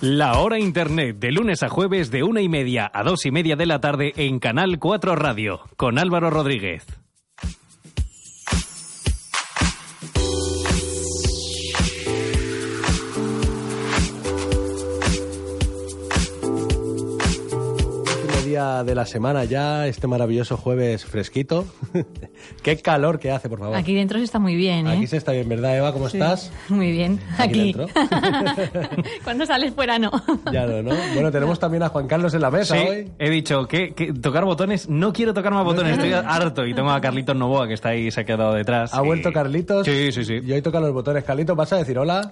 La hora internet de lunes a jueves de una y media a dos y media de la tarde en Canal 4 Radio con Álvaro Rodríguez. Último día de la semana ya, este maravilloso jueves fresquito. Qué calor que hace, por favor. Aquí dentro se está muy bien, ¿eh? Aquí se está bien, ¿verdad, Eva? ¿Cómo Sí. estás? Muy bien. Aquí Aquí. dentro. Cuando sales fuera, no. Ya no, ¿no? Bueno, tenemos también a Juan Carlos en la mesa Sí, hoy. he dicho que, que tocar botones, no quiero tocar más botones, estoy harto y tengo a Carlitos Novoa que está ahí, se ha quedado detrás. Ha y- vuelto Carlitos. Sí, sí, sí. Y hoy toca los botones. Carlitos, ¿vas a decir hola?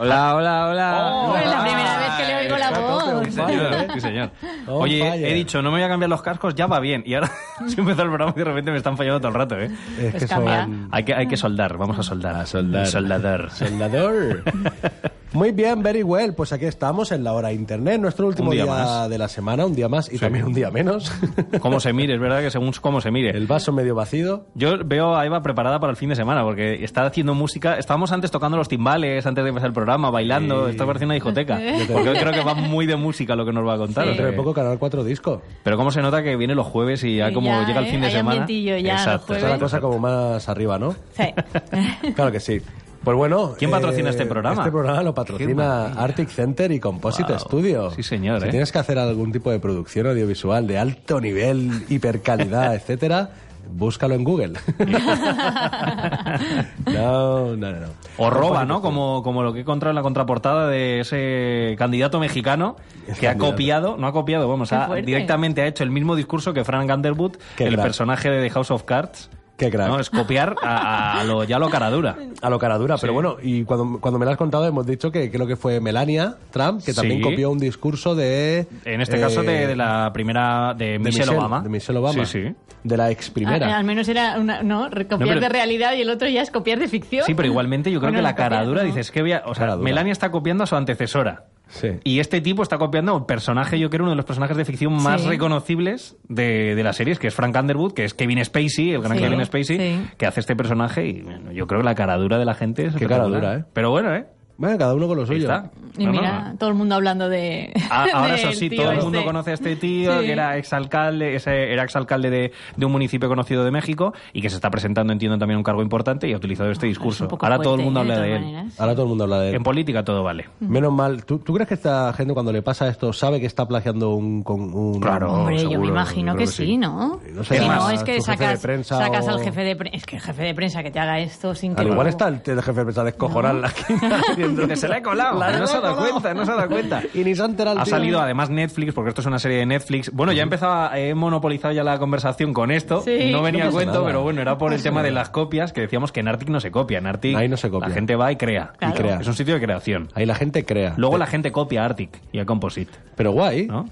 Hola, hola, hola. Oh, es la Ay, primera vez que le oigo la está voz. todo Sí, On fire, señor, ¿eh? sí, señor. On Oye, fire. he dicho, no me voy a cambiar los cascos, ya va bien. Y ahora se empezó el programa y de repente me están fallando todo el rato, ¿eh? Es Pues cambia. Hay que, hay que soldar, vamos a soldar. A soldar. Soldador. Soldador. Muy bien, very well. Pues aquí estamos en la hora internet, nuestro último Un día, día más. de la semana, un día más y también un día menos. Cómo se mire, es verdad que según cómo se mire. El vaso medio vacío. Yo veo a Eva preparada para el fin de semana, porque está haciendo música. Estábamos antes tocando los timbales, antes de empezar el programa, bailando. Sí. Está pareciendo una discoteca. Porque hoy creo que va muy de música lo que nos va a contar. Sí. o sea Dentro de que- poco Canal 4 Disco. Pero cómo se nota que viene los jueves y ya Sí, como ya, llega el ¿eh? fin de Hay semana. ambientillo ya, los Exacto. Está la jueves. cosa como más arriba, ¿no? Sí. Claro que sí. Pues bueno. ¿Quién patrocina este programa? Este programa lo Qué patrocina maravilla. Arctic Center y Composite Wow. Studio. Sí, señor, Si ¿eh? tienes que hacer algún tipo de producción audiovisual de alto nivel, hipercalidad, etcétera, búscalo en Google. no, no, no, no. O roba, ¿no? Como, como lo que he encontrado en la contraportada de ese candidato mexicano Es que ha candidato. copiado, no ha copiado, vamos, Qué ha- fuerte. directamente ha hecho el mismo discurso que Frank Underwood, Qué el crack. personaje de The House of Cards. Qué crack. ¿no? Es copiar a, a lo, ya lo caradura. A lo caradura, pero Sí. bueno, y cuando, cuando me lo has contado hemos dicho que creo que fue Melania Trump, que también Sí. copió un discurso de... En este eh, caso de, de la primera, de, de Michelle, Obama. De Michelle Obama. Sí, sí. De la ex primera. Al, al menos era una, no, copiar No, pero- de realidad y el otro ya es copiar de ficción. Sí, pero igualmente yo creo Bueno, que la no copiar, caradura, ¿no? dices que voy a- o sea, Caradura. Melania está copiando a su antecesora. Sí. Y este tipo está copiando un personaje, yo creo, uno de los personajes de ficción más Sí. reconocibles de, de las series, que es Frank Underwood, que es Kevin Spacey, el gran Sí, Kevin Spacey, sí. que hace este personaje y bueno, yo creo que la caradura de la gente es... Qué espectacular. caradura, ¿eh? Pero bueno, ¿eh? Bueno, cada uno con lo Ahí suyo. está. Y No, no, mira, no. todo el mundo hablando de. A- ahora del eso sí, tío todo el este. mundo conoce a este tío Sí. que era exalcalde, ese, era exalcalde de, de un municipio conocido de México y que se está presentando, entiendo, también a un cargo importante y ha utilizado este Ah, Es un discurso. poco Ahora todo el fuerte, mundo ¿eh? habla todas de él. maneras. Ahora todo el mundo habla de él. En política todo vale. Menos mal. ¿Tú, tú crees que esta gente cuando le pasa esto sabe que está plagiando un... Con un Claro. Hombre, yo seguro, me imagino yo que, creo que sí, sí. ¿no? No sé, si además, no, es que tu jefe de sacas, prensa sacas o- al jefe de prensa. Es que el jefe de prensa que te haga esto sin que. Al te igual lo- está el, el jefe de prensa descojonado en la esquina diciendo Que se la he colado, "La no se ha dado colado". cuenta, no se ha dado cuenta. Y ni se ha enterado el Ha tío. salido además Netflix, porque esto es una serie de Netflix. Bueno, ya empezaba, he monopolizado ya la conversación con esto. Sí. No venía a No pasa cuento, nada. pero bueno, era por el tema de las copias, que decíamos que en Arctic no se copia. En Arctic Ahí no se copia. la gente va y crea. Claro. Y crea. Es un sitio de creación. Ahí la gente crea. Eh. Luego la gente copia a Arctic y a Composite. Pero guay. ¿No?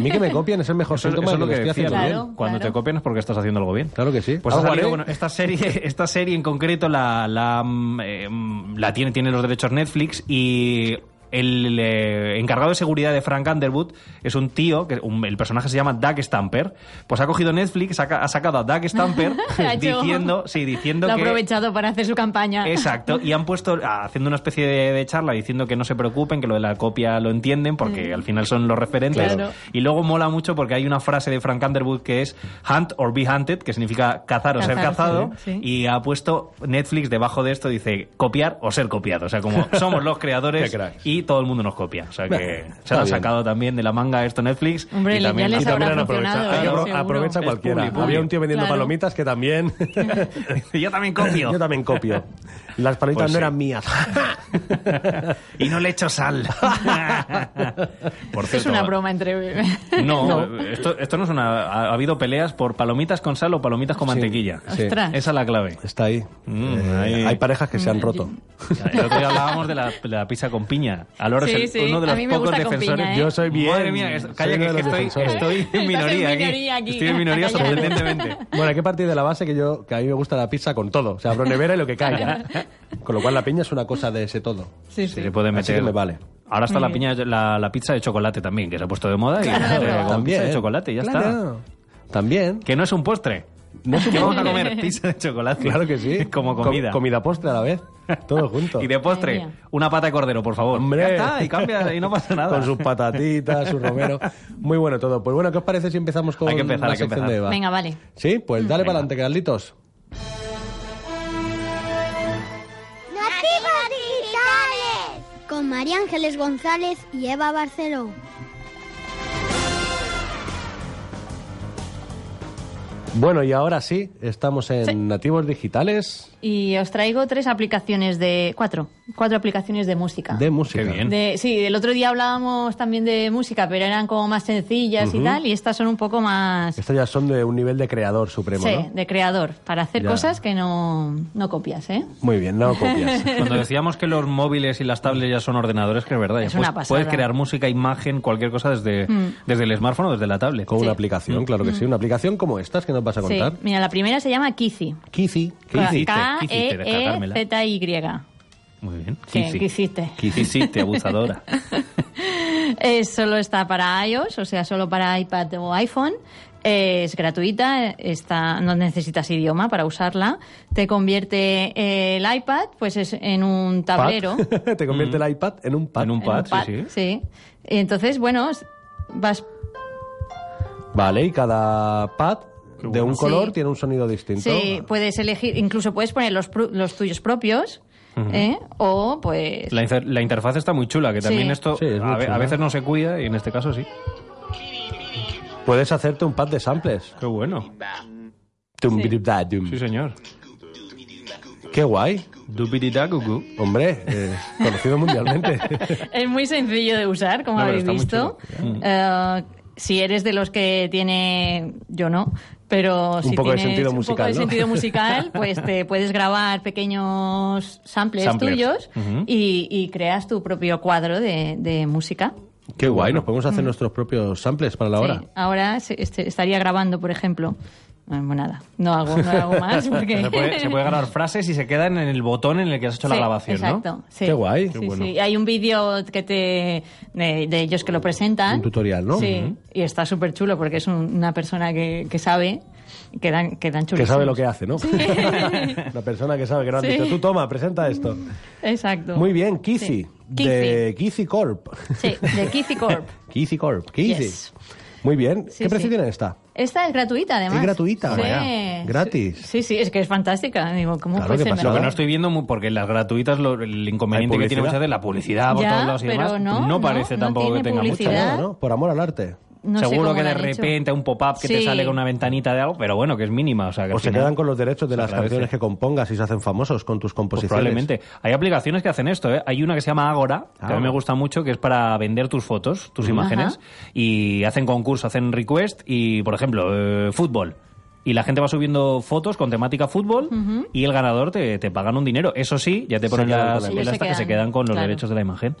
mí que me copien es el mejor Eso, síntoma eso de es lo que estoy decía. haciendo Claro. bien. Cuando te copian es porque estás haciendo algo bien. Claro que sí. Pues ha Algo salido, haré. bueno, esta serie, esta serie en concreto la, la, mm, eh, mm, la tiene, tiene los derechos Netflix y el eh, encargado de seguridad de Frank Underwood es un tío, que un- el personaje se llama Doug Stamper, pues ha cogido Netflix, saca- ha sacado a Doug Stamper Ha hecho- diciendo, sí, diciendo Lo ha que... aprovechado para hacer su campaña. Exacto, y han puesto, ah, haciendo una especie de, de charla diciendo que no se preocupen, que lo de la copia lo entienden, porque al final son los referentes. Mm. Claro. Y luego mola mucho porque hay una frase de Frank Underwood que es hunt or be hunted, que significa cazar o ser Cazar, cazado. sí, sí. Y ha puesto Netflix debajo de esto, dice copiar o ser copiado. O sea, como somos los creadores Qué cracks. y todo el mundo nos copia. O sea, que Bueno, se lo está han bien. sacado también de la manga esto Netflix. Hombre, y ya también les la- habrá han funcionado, ¿eh? Hay que apro- seguro. Aprovecha Es cualquiera. puli, puli. Había un tío vendiendo Claro. palomitas que también. Yo también copio. Yo también copio. Las palomitas Pues sí. no eran mías. y no le echo sal. Por es cierto, una broma entre. No, eh, Esto, esto no es una. Ha, ha habido peleas por palomitas con sal o palomitas con mantequilla. Sí. Ostras. Esa es la clave. Está ahí. Mm, Eh, ahí. Hay parejas que se han roto. El otro día hablábamos de la, de la pizza con piña. Alora Sí, es el- sí. uno de A los mí me pocos gusta con defensores. piña, ¿eh? Yo soy bien- Madre mía, es- soy calla, uno que, de es que los estoy, defensores. estoy Estás en en minoría, minoría aquí. Estoy en minoría Calla. sorprendentemente. Bueno, hay que partir de la base que yo que a mí me gusta la pizza con todo. O sea, abro nevera y lo que caiga. Con lo cual la piña es una cosa de ese todo. Sí, Se sí. le puede Así meter. que me vale. Ahora está Muy la, piña, la, la pizza de chocolate también, que se ha puesto de moda. Y Claro, eh, claro. con pizza de chocolate, ya está. También. Que no es un postre. No ¿Qué supongo vamos a comer? Pizza de chocolate. Claro que sí. Como Com- comida. comida postre a la vez. Todo junto. Y de postre, mía. una pata de cordero, por favor. Hombre. Ya está, y cambia, y no pasa nada. Eh. Con sus patatitas, su romero. Muy bueno todo. Pues bueno, ¿qué os parece si empezamos con Hay que empezar, la hay que sección empezar. de Eva? Venga, vale. Sí, pues dale para adelante, Carlitos. ¡Nativas digitales! Con María Ángeles González y Eva Barceló. Bueno, y ahora sí, estamos en Sí. Nativos Digitales Y os traigo tres aplicaciones de... Cuatro. Cuatro aplicaciones de música. de música. Qué bien. De- sí, el otro día hablábamos también de música, pero eran como más sencillas y tal, y estas son un poco más... Estas ya son de un nivel de creador supremo, sí, ¿no? de creador, para hacer Ya. cosas que no, no copias, ¿eh? Muy bien, no copias. Cuando decíamos que los móviles y las tablets ya son ordenadores, que es verdad. ya Es puedes, una pasada. Mm. puedes crear música, imagen, cualquier cosa desde, desde el smartphone o desde la tablet. Con Sí. Mm. una aplicación, claro que sí. Una aplicación como estas que nos vas a Sí, contar. mira, la primera se llama Kizi. Kizi. ¿Qué hiciste? E ¿Qué hiciste? Recatármela. K-E-E-Z-Y. Muy bien. Sí, Kizi. ¿qué hiciste? ¿Qué hiciste, abusadora? Eh, solo está para iOS, o sea, solo para iPad o iPhone. Eh, es gratuita, está, no necesitas idioma para usarla. Te convierte eh, el iPad pues es en un Pad. tablero. Te convierte el iPad en un pad. Mm. En un en pad, un pad, sí, sí. Y entonces, bueno, s- vas... Vale, y cada pad de un Sí. color tiene un sonido distinto. Sí, puedes elegir, incluso puedes poner los, pru- los tuyos propios, ¿eh? o pues... La, inter- la interfaz está muy chula, que también Sí. esto Sí, es muy a, ve- a chula. veces no se cuida y en este caso sí. Puedes hacerte un pad de samples. Qué bueno. Tum, bidum, da, dum. Sí, señor. Qué guay. Dupididagugu. Hombre, eh, conocido mundialmente. Es muy sencillo de usar, como No, pero habéis está muy visto. chulo. Eh, si eres de los que tiene, yo no, pero si poco de tienes sentido un poco musical, de ¿no? sentido musical, pues te puedes grabar pequeños samples, Samplers. tuyos Ujú. y, y creas tu propio cuadro de, de música. Qué guay, nos podemos hacer nuestros propios samples para la hora. Mm. Sí, ahora se- este- estaría grabando, por ejemplo. Bueno, nada, no hago, no hago más porque... Se puede, se puede grabar frases y se quedan en el botón en el que has hecho la Sí, grabación, exacto, ¿no? sí. Qué guay. Sí, Qué bueno. sí. Hay un vídeo que te de, de ellos que lo presentan. Un tutorial, ¿no? Sí, y está súper chulo porque es un- una persona que, que sabe, que dan, que dan Que chulísimos. sabe lo que hace, ¿no? Una persona que sabe que no han Sí. dicho, tú toma, presenta esto. Exacto. Muy bien, Kizi, Sí. Kizi. de Kizi Corp. Sí, de Kizi Corp. Kizi Corp, Kizi. Yes. Muy bien, Sí, ¿qué precio sí. tiene esta? Esta es gratuita, además. Es gratuita, Sí. vaya. Sí. Gratis. Sí, Pues sí, es que es fantástica. Digo, ¿cómo Claro, puede ¿qué ser pasa? Lo mejor? que no estoy viendo, mu- porque las gratuitas, lo- el inconveniente Hay que tiene publicidad. muchas veces la publicidad por Ya, todos lados y pero demás, no, no, parece no tampoco que tiene tenga mucha. publicidad. Nada, ¿no? Por amor al arte. No sé Seguro cómo que lo de han hecho. repente un pop-up que te Sí. sale con una ventanita de algo, pero bueno, que es mínima. O, sea, que O al se final- quedan con los derechos de se las agradece. canciones que compongas y se hacen famosos con tus Pues composiciones. probablemente. Hay aplicaciones que hacen esto, ¿eh? Hay una que se llama Agora, que a Ah. mí me gusta mucho, que es para vender tus fotos, tus imágenes, y hacen concurso, hacen request, y por ejemplo, eh, fútbol. Y la gente va subiendo fotos con temática fútbol y el ganador te, te pagan un dinero. Eso sí, ya te Se ponen quedan con las la pelas imagen. hasta que Ellos se se quedan quedan, con los claro. Mm. derechos de la imagen.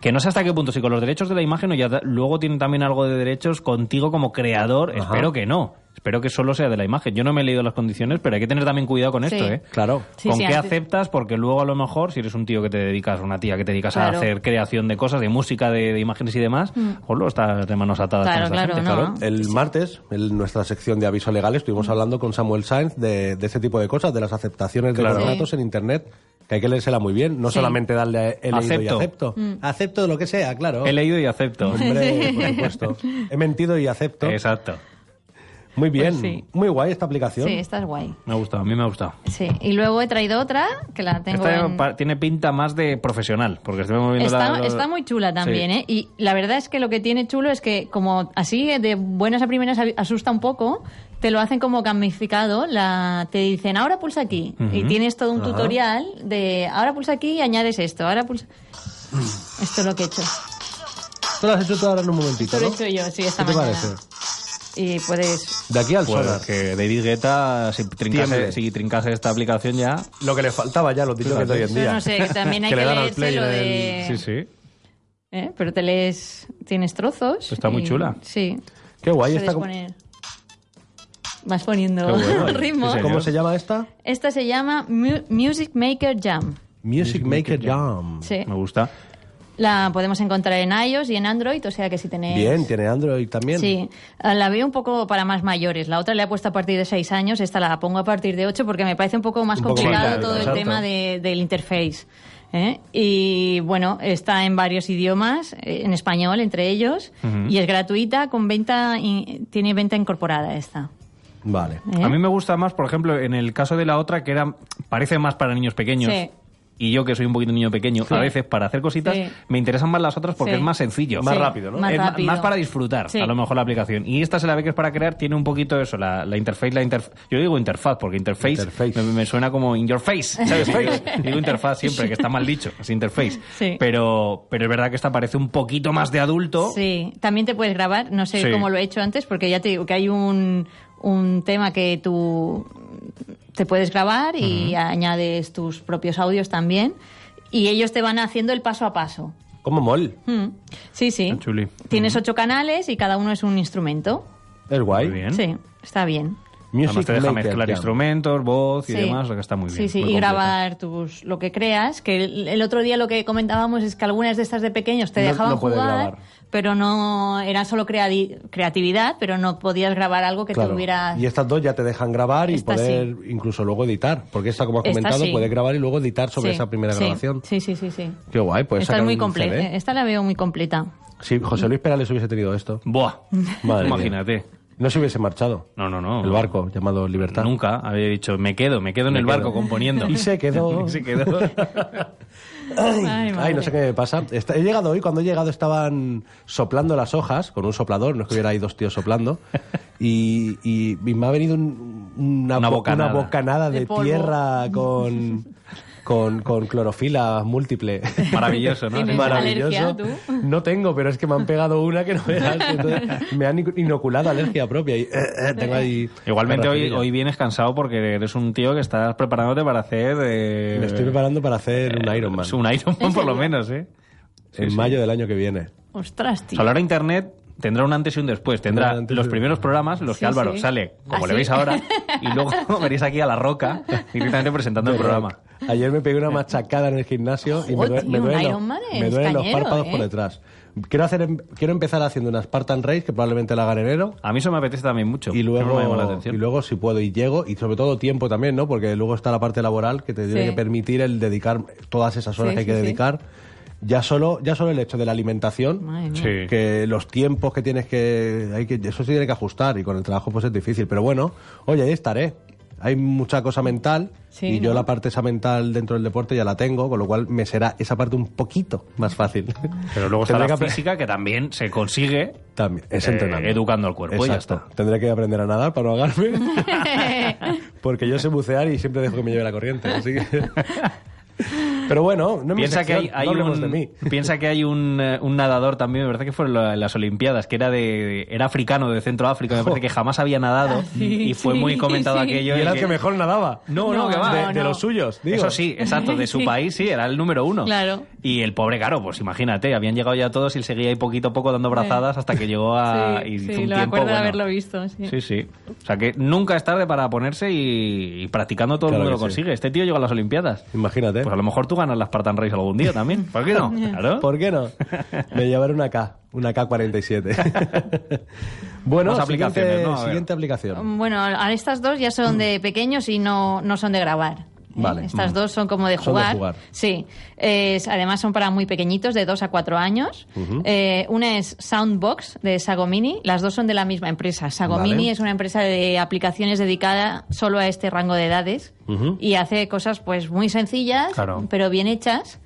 Que no sé hasta qué punto, si con los derechos de la imagen o ya da- luego tienen también algo de derechos contigo como creador. Espero que no. Espero que solo sea de la imagen. Yo no me he leído las condiciones, pero hay que tener también cuidado con Sí. esto, ¿eh? Claro. Sí, con sí, qué antes- aceptas, porque luego a lo mejor, si eres un tío que te dedicas, una tía que te dedicas Claro. Mm. a hacer creación de cosas, de música, de, de imágenes y demás, o luego estás de manos atadas. Claro, con esta claro, gente. no. Mm. Claro, el martes, en nuestra sección de aviso legal, estuvimos hablando con Samuel Sainz de, de este tipo de cosas, de las aceptaciones Claro. de contratos en Internet, que hay que leérsela muy bien, no Sí. solamente darle a he leído y Acepto. acepto. Acepto lo que sea, claro. He leído y acepto. Hombre, por supuesto. He mentido y acepto. Exacto. Muy bien, Pues sí. muy guay esta aplicación. Sí, esta es guay. Me ha gustado, a mí me ha gustado. Sí, y luego he traído otra que la tengo Esta en... pa- tiene pinta más de profesional, porque estoy moviendo Está, la- la- está muy chula también, Sí. ¿eh? Y la verdad es que lo que tiene chulo es que, como así de buenas a primeras a- asusta un poco, te lo hacen como gamificado. La, te dicen, ahora pulsa aquí. Y tienes todo un tutorial de, ahora pulsa aquí y añades esto. Ahora pulsa. Esto es lo que he hecho. Esto lo has hecho tú ahora en un Esto momentito, lo he ¿no? hecho yo, sí, esta ¿Qué te mañana. parece? Y puedes. De aquí al Pues sonar. que David Guetta, si Tiemble. trincase, si trincase esta aplicación ya... Lo que le faltaba ya a los títulos de hoy en Yo día. no sé, que también hay Que que, le dan al leerse play lo del- de. Sí, sí. ¿eh? Pero te lees. Tienes trozos. Está muy y- chula. Sí. Qué guay Puedes esta. ¿Cómo poner. Vas poniendo Qué bueno, el ritmo. sí, señor. cómo se llama esta? Esta se llama Mu- Music Maker Jam. Music Maker Jam. Sí. Me gusta. La podemos encontrar en iOS y en Android, o sea que si tenéis... Bien, tiene Android también. Sí, la veo un poco para más mayores. La otra la he puesto a partir de 6 años, esta la pongo a partir de 8 porque me parece un poco más Un poco más complicado larga, todo el exacto. tema de- del interface. ¿eh? Y bueno, está en varios idiomas, eh, en español entre ellos, y es gratuita, con venta in- tiene venta incorporada esta. Vale. ¿eh? A mí me gusta más, por ejemplo, en el caso de la otra, que era parece más para niños pequeños. Sí. Y yo, que soy un poquito niño pequeño, Sí. a veces para hacer cositas, Sí. me interesan más las otras porque Sí. es más sencillo. Más Sí, rápido, ¿no? Más, Es ma- rápido. más para disfrutar, Sí. a lo mejor la aplicación. Y esta se la ve que es para crear, tiene un poquito eso, la, la interface, la interf- Yo digo interfaz, porque interface, Interface. Me, me suena como in your face. ¿sabes? Digo- digo interfaz siempre, que está mal dicho, es interface. Sí. Pero, pero es verdad que esta parece un poquito más de adulto. Sí, también te puedes grabar, no sé Sí. cómo lo he hecho antes, porque ya te digo que hay un, un tema que tú te puedes grabar y añades tus propios audios también, y ellos te van haciendo el paso a paso. Como mol. Mm. Sí, sí. Qué chuli. Tienes ocho canales y cada uno es un instrumento. Es guay. Muy bien. Sí, está bien. Music Además te deja Maker, mezclar ya. instrumentos, voz y Sí. demás, lo que está muy bien. Sí, sí, muy y completa. grabar tus, lo que creas. Que el, el otro día lo que comentábamos es que algunas de estas de pequeños te No- dejaban no puedes jugar, grabar. pero no era solo creadi- creatividad, pero no podías grabar algo que Claro. te hubiera. Y estas dos ya te dejan grabar y Esta poder incluso luego editar. Porque esta, como has Esta comentado, sí. puedes grabar y luego editar sobre Sí, esa primera sí, grabación. Sí, sí, sí, sí. Qué guay, puedes Esta sacar es muy eh. un completa. CD. Esta la veo muy completa. Si José Luis Perales hubiese tenido esto, Buah, Madre mía. imagínate. no se hubiese marchado. No, no, no. El barco llamado Libertad. Nunca había dicho, me quedo, me quedo en Me el quedo. barco componiendo. Y se quedó. Y se quedó. Ay, Ay, madre. no sé qué me pasa. Esta- He llegado hoy, cuando he llegado estaban soplando las hojas con un soplador, no es que hubiera ahí dos tíos soplando, y, y- y me ha venido un- una, Una bo- bocanada. una bocanada de, De polvo. tierra con, con, con clorofila múltiple. Maravilloso, ¿no? Tienes Maravilloso. alergia, tú. No tengo, pero es que me han pegado una que no veas. Entonces, me han inoculado alergia propia. Y, eh, eh, tengo ahí Igualmente hoy, garrafililla. hoy vienes cansado porque eres un tío que estás preparándote para hacer... eh, Me estoy preparando para hacer un Ironman Un Iron Man por lo menos, ¿eh? en mayo del año que viene. Ostras, tío. O sea, ahora Internet tendrá un antes y un después. Tendrá Tendrá un antes y los un- primeros programas, los Sí, que Álvaro sí. sale, como Así. le veis ahora, y luego veréis aquí a La Roca directamente presentando el Pero programa. Ayer me pegué una machacada en el gimnasio y me, Eh. Joder, tío, due- me un duelen, los, Ironman es me duelen los cañero, párpados ¿eh? por detrás. Quiero, hacer, em- quiero empezar haciendo una Spartan Race, que probablemente la haga en enero, A mí eso me apetece también mucho. y Siempre luego, me llama la atención. y luego si puedo y llego, y sobre todo tiempo también, ¿no? Porque luego está la parte laboral que te tiene Sí. que permitir el dedicar todas esas horas Sí, que hay que sí, sí. dedicar. Ya solo, ya solo el hecho de la alimentación, Madre mía. Sí. que los tiempos que tienes que, hay que eso se tiene que ajustar y con el trabajo pues es difícil pero bueno oye ahí estaré hay mucha cosa mental Sí, y yo ¿no? la parte esa mental dentro del deporte ya la tengo con lo cual me será esa parte un poquito más fácil Pero luego está Tendré la que apre- física que también se consigue también es eh, entrenando educando al Pues cuerpo y ya Exacto. está. tendré que aprender a nadar para no ahogarme porque yo sé bucear y siempre dejo que me lleve la corriente así que pero bueno no es mi Piensa que, hay, sección, hay no hablemos un, de mí piensa que hay un, eh, un nadador también, me parece que fue en la- en las Olimpiadas, que era de era africano de Centro África, me parece que jamás había nadado sí, y fue sí, muy comentado sí. aquello. Oh. y de era el que mejor nadaba No, no, que va. de, no, de no. los suyos digo. Eso sí, exacto, de su país sí, era el número uno. Claro. Y el pobre, claro, pues imagínate, habían llegado ya todos y él seguía ahí poquito a poco dando brazadas hasta que llegó a... sí, y sí, fue lo un tiempo, acuerdo de bueno. haberlo visto. Sí. Sí, sí. O sea que nunca es tarde para ponerse y, y practicando todo Claro el mundo que lo sí. consigue. Este tío llega a las Olimpiadas. imagínate Pues a lo mejor tú ganas la Spartan Race algún día también. ¿Por qué no? Claro. ¿Por qué no? Me llevaré una K, una K47. bueno, Más siguiente- aplicaciones, ¿no? A ver. siguiente aplicación. Bueno, a estas dos ya son de pequeños y no, no son de grabar. ¿eh? Mm. Vale. mm. Estas dos son como de Son de jugar. jugar. Sí. Es- además son para muy pequeñitos, de 2 a 4 años. Eh, una es Soundbox de Sagomini. Las dos son de la misma empresa. Sagomini Vale. es una empresa de aplicaciones dedicada solo a este rango de edades Ujú. y hace cosas pues muy sencillas, Claro. pero bien hechas.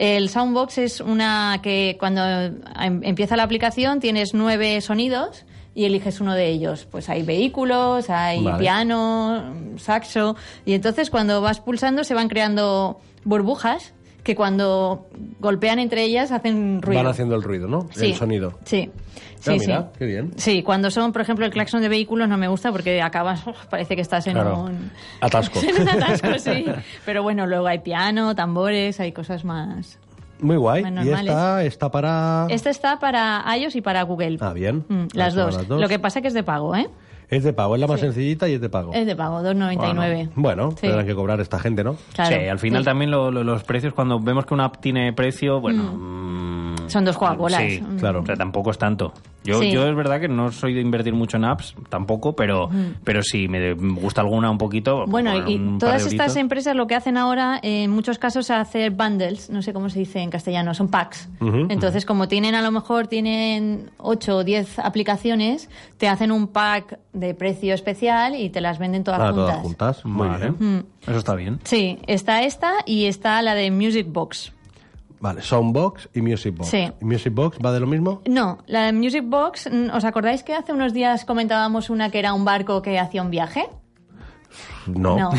El Soundbox es una que cuando em- empieza la aplicación tienes nueve sonidos y eliges uno de ellos. Pues hay vehículos, hay Vale. piano, saxo. Y entonces cuando vas pulsando se van creando burbujas que cuando golpean entre ellas hacen ruido. Van haciendo el ruido, ¿no? Sí, El sonido. Sí. Ah, Sí, mira, sí. qué bien. Sí, cuando son, por ejemplo, el claxon de vehículos no me gusta porque acabas, uf, parece que estás en Claro. un... Atasco. en un atasco, sí. Pero bueno, luego hay piano, tambores, hay cosas más. Muy guay. Menos y mal, esta está para... Este está para iOS y para Google. Ah, bien. Mm, Ahí las, están dos. las Lo que Eh. pasa que es de pago, ¿eh? Es de pago, es la más sencillita y es de pago. Es de pago, 2,99. Ah, Bueno, Sí. tendrán que cobrar esta gente, ¿no? Claro. Sí, al final Sí. también lo- lo- los precios, cuando vemos que una app tiene precio, bueno, mm, Son dos Coca-Colas. Sí, Mm. claro. O sea, tampoco es tanto. Yo, Sí. yo es verdad que no soy de invertir mucho en apps, tampoco, pero, pero si me gusta alguna un poquito. Mm. Bueno, por un y par de todas estas em- euritos. empresas lo que hacen ahora, en muchos casos, es hacer bundles, no sé cómo se dice en castellano, son packs. Entonces, como tienen a lo mejor tienen 8 o 10 aplicaciones, te hacen un pack de precio especial y te las venden todas Ah, juntas. Mm. todas juntas. Muy Vale. bien. Eso está bien. Sí, está esta y está la de Music Box. Vale, Soundbox y Music Box. Sí. ¿Y ¿Music Box va de lo mismo? No, la de Music Box, mm, ¿os acordáis que hace unos días comentábamos una que era un barco que hacía un viaje? No.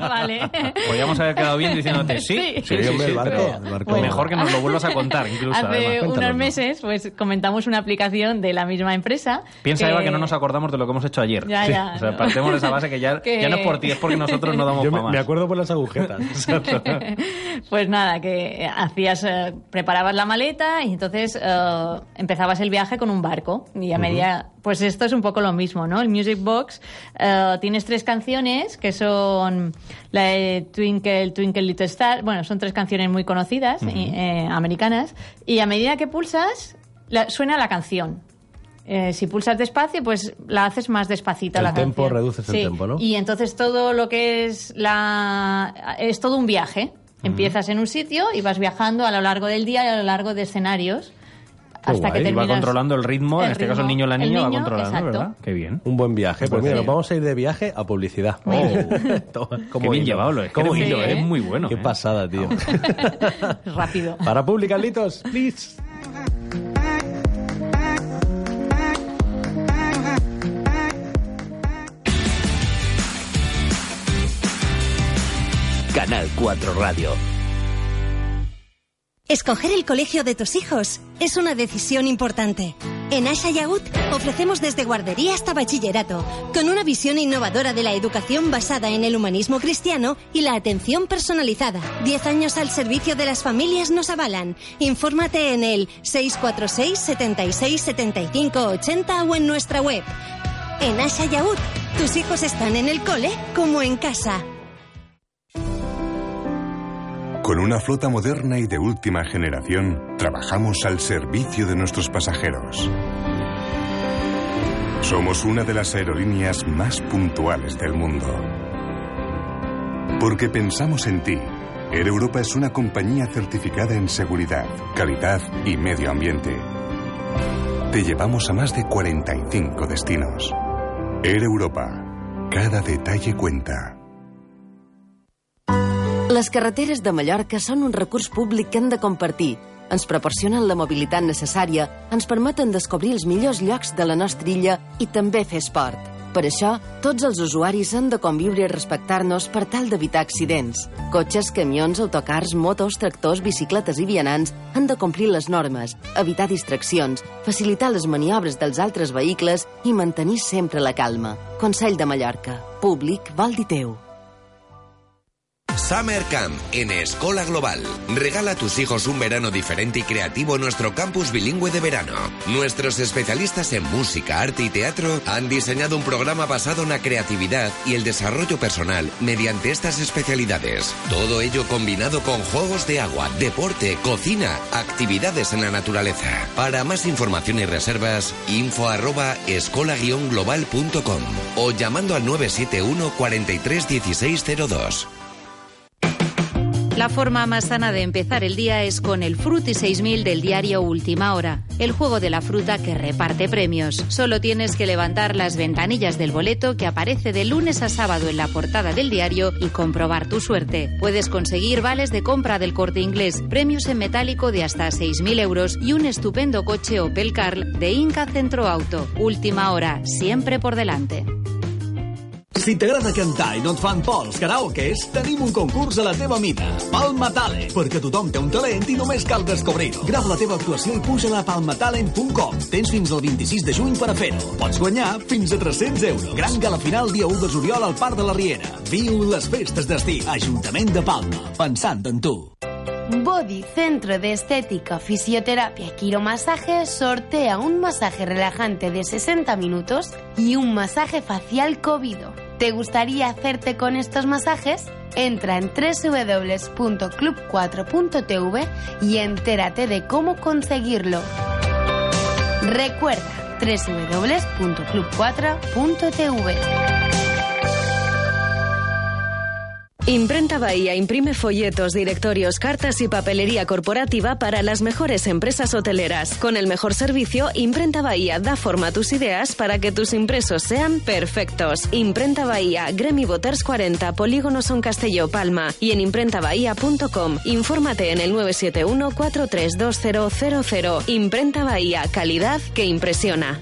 vale. Podríamos haber quedado bien diciéndote sí. Sí. Sí, hombre, el barco, pero el barco. Mejor que nos lo vuelvas a contar, incluso. Hace además. Cuéntanos, unos ¿no? meses, pues comentamos una aplicación de la misma empresa. Piensa, Eva, que no nos acordamos de lo que hemos hecho ayer. Ya, ya, O sea, no. partemos de esa base que ya, Que- ya no es por ti, es porque nosotros no damos Yo pa' me, más. me acuerdo por las agujetas. Pues nada, que hacías, eh, preparabas la maleta y entonces eh, empezabas el viaje con un barco. Y a medida, pues esto es un poco lo mismo, ¿no? El Music Box, eh, tienes tres canciones que son la de Twinkle, Twinkle Little Star. Bueno, son tres canciones muy conocidas, y, eh, americanas. Y a medida que pulsas, la- suena la canción. Eh, si pulsas despacio, pues la haces más despacita El la tempo, canción. reduces el tempo, ¿no? Y y entonces todo lo que es la... es todo un viaje. Empiezas en un sitio y vas viajando a lo largo del día y a lo largo de escenarios. Qué hasta guay, que Y va terminas... controlando el ritmo, en el este caso el ritmo. niño o la El niña va niño, controlando, exacto. ¿verdad? Qué bien. Un buen viaje. Pues mira, Sí. nos vamos a ir de viaje a publicidad. Muy Oh. bien. Toma, Qué cómo bien hilo. llevado, lo es. Cómo Qué hilo, bien, ¿eh? es muy bueno, Qué ¿eh? pasada, tío. Rápido. Para publicarlitos, please. Canal 4 Radio. Escoger el colegio de tus hijos es una decisión importante. En Asha Yagut ofrecemos desde guardería hasta bachillerato, con una visión innovadora de la educación basada en el humanismo cristiano y la atención personalizada. Diez años al servicio de las familias nos avalan. Infórmate en el 646 76 75 80 o en nuestra web. En Asha Yagut, tus hijos están en el cole como en casa. Con una flota moderna y de última generación, trabajamos al servicio de nuestros pasajeros. Somos una de las aerolíneas más puntuales del mundo. Porque pensamos en ti. Air Europa es una compañía certificada en seguridad, calidad y medio ambiente. Te llevamos a más de 45 destinos. Air Europa. Cada detalle cuenta. Les carreteres de Mallorca són un recurs públic que hem de compartir. Ens proporcionen la mobilitat necessària, ens permeten descobrir els millors llocs de la nostra illa i també fer esport. Per això, tots els usuaris han de conviure i respectar-nos per tal d'evitar accidents. Cotxes, camions, autocars, motos, tractors, bicicletes i vianants han de complir les normes, evitar distraccions, facilitar les maniobres dels altres vehicles i mantenir sempre la calma. Consell de Mallorca. Públic vol dir teu. Summer Camp en Escola Global. Regala a tus hijos un verano diferente y creativo en nuestro campus bilingüe de verano. Nuestros especialistas en música, arte y teatro han diseñado un programa basado en la creatividad y el desarrollo personal mediante estas especialidades. Todo ello combinado con juegos de agua, deporte, cocina, actividades en la naturaleza. Para más información y reservas, info arroba escola-global.com o llamando al 971 43 1602. La forma más sana de empezar el día es con el Fruti 6000 del diario Última Hora, el juego de la fruta que reparte premios. Solo tienes que levantar las ventanillas del boleto que aparece de lunes a sábado en la portada del diario y comprobar tu suerte. Puedes conseguir vales de compra del corte inglés, premios en metálico de hasta 6.000 euros y un estupendo coche Opel Carl de Inca Centro Auto. Última Hora, siempre por delante. Si t'agrada cantar i no et fan por els karaokes, tenim un concurs a la teva mida. Palma Talent, perquè tothom té un talent i només cal descobrir-ho. Grava la teva actuació i puja-la a palmatalent.com. Tens fins al 26 de juny per a fer-ho. Pots guanyar fins a 300 euros. Gran gala final dia 1 de juliol al Parc de la Riera. Viu les festes d'estiu. Ajuntament de Palma, pensant en tu. Body Centro de Estética, Fisioterapia y Quiromasaje sortea un masaje relajante de 60 minutos y un masaje facial COVID. ¿Te gustaría hacerte con estos masajes? Entra en www.club4.tv y entérate de cómo conseguirlo. Recuerda www.club4.tv. Imprenta Bahía imprime folletos, directorios, cartas y papelería corporativa para las mejores empresas hoteleras. Con el mejor servicio, Imprenta Bahía da forma a tus ideas para que tus impresos sean perfectos. Imprenta Bahía, Gremi Boters 40, Polígono Son Castelló, Palma y en imprentabahía.com. Infórmate en el 971-432000. Imprenta Bahía, calidad que impresiona.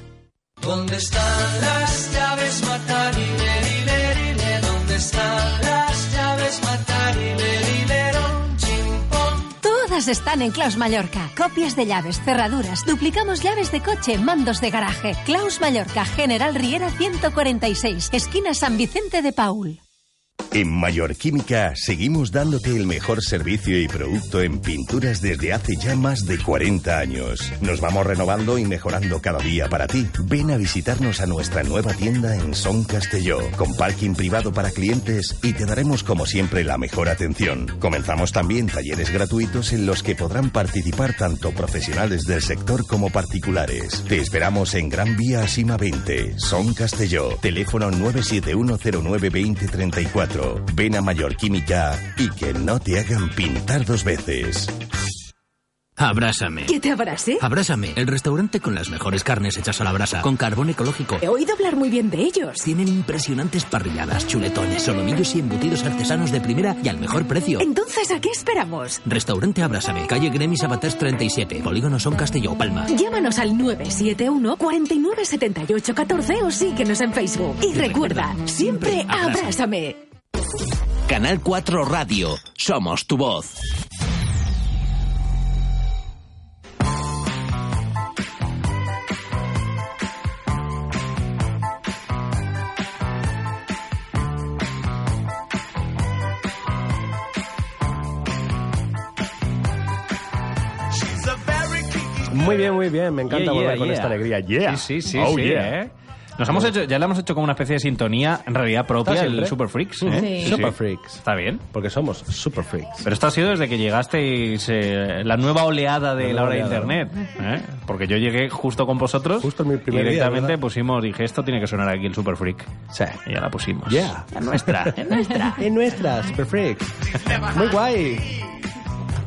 ¿Dónde están las llaves matarine, dinerine? ¿Dónde están las llaves matarine, dineron, chimpón? Todas están en Claus Mallorca. Copias de llaves, cerraduras, duplicamos llaves de coche, mandos de garaje. Claus Mallorca, General Riera 146, esquina San Vicente de Paul. En Mayor Química seguimos dándote el mejor servicio y producto en pinturas desde hace ya más de 40 años. Nos vamos renovando y mejorando cada día para ti. Ven a visitarnos a nuestra nueva tienda en Son Castelló, con parking privado para clientes y te daremos como siempre la mejor atención. Comenzamos también talleres gratuitos en los que podrán participar tanto profesionales del sector como particulares. Te esperamos en Gran Vía Asima 20, Son Castelló, teléfono 971092034. Ven a Mayor Química y que no te hagan pintar dos veces. Abrázame. ¿Que te abrase? Abrázame, el restaurante con las mejores carnes hechas a la brasa, con carbón ecológico. He oído hablar muy bien de ellos. Tienen impresionantes parrilladas, chuletones, solomillos y embutidos artesanos de primera y al mejor precio. Entonces, ¿a qué esperamos? Restaurante Abrázame, calle Gremi Sabaters 37, Polígono Son Castelló, Palma. Llámanos al 971 49 78 14 o síguenos en Facebook. Y recuerda, siempre abrázame. Canal 4 Radio, somos tu voz. Muy bien, muy bien. Me encanta Yeah, volver yeah, con yeah. esta alegría. Yeah. Sí, sí, sí, Oh, sí, yeah. ¿eh? Nos hemos hecho, ya le hemos hecho como una especie de sintonía, en realidad propia, Está el siempre. Super Freaks. Ujú. ¿eh? Sí. Super Freaks. Está bien. Porque somos Super Freaks. Pero esto ha sido desde que llegasteis eh, la nueva oleada de la, La nueva hora de oleada, internet. ¿eh? Porque yo llegué justo con vosotros. Justo mi primer y día, directamente ¿verdad? pusimos, dije, esto tiene que sonar aquí el Super Freak. Sí. Y ya la pusimos. Yeah. La nuestra. Es nuestra. Es nuestra, Super Freaks. Muy guay.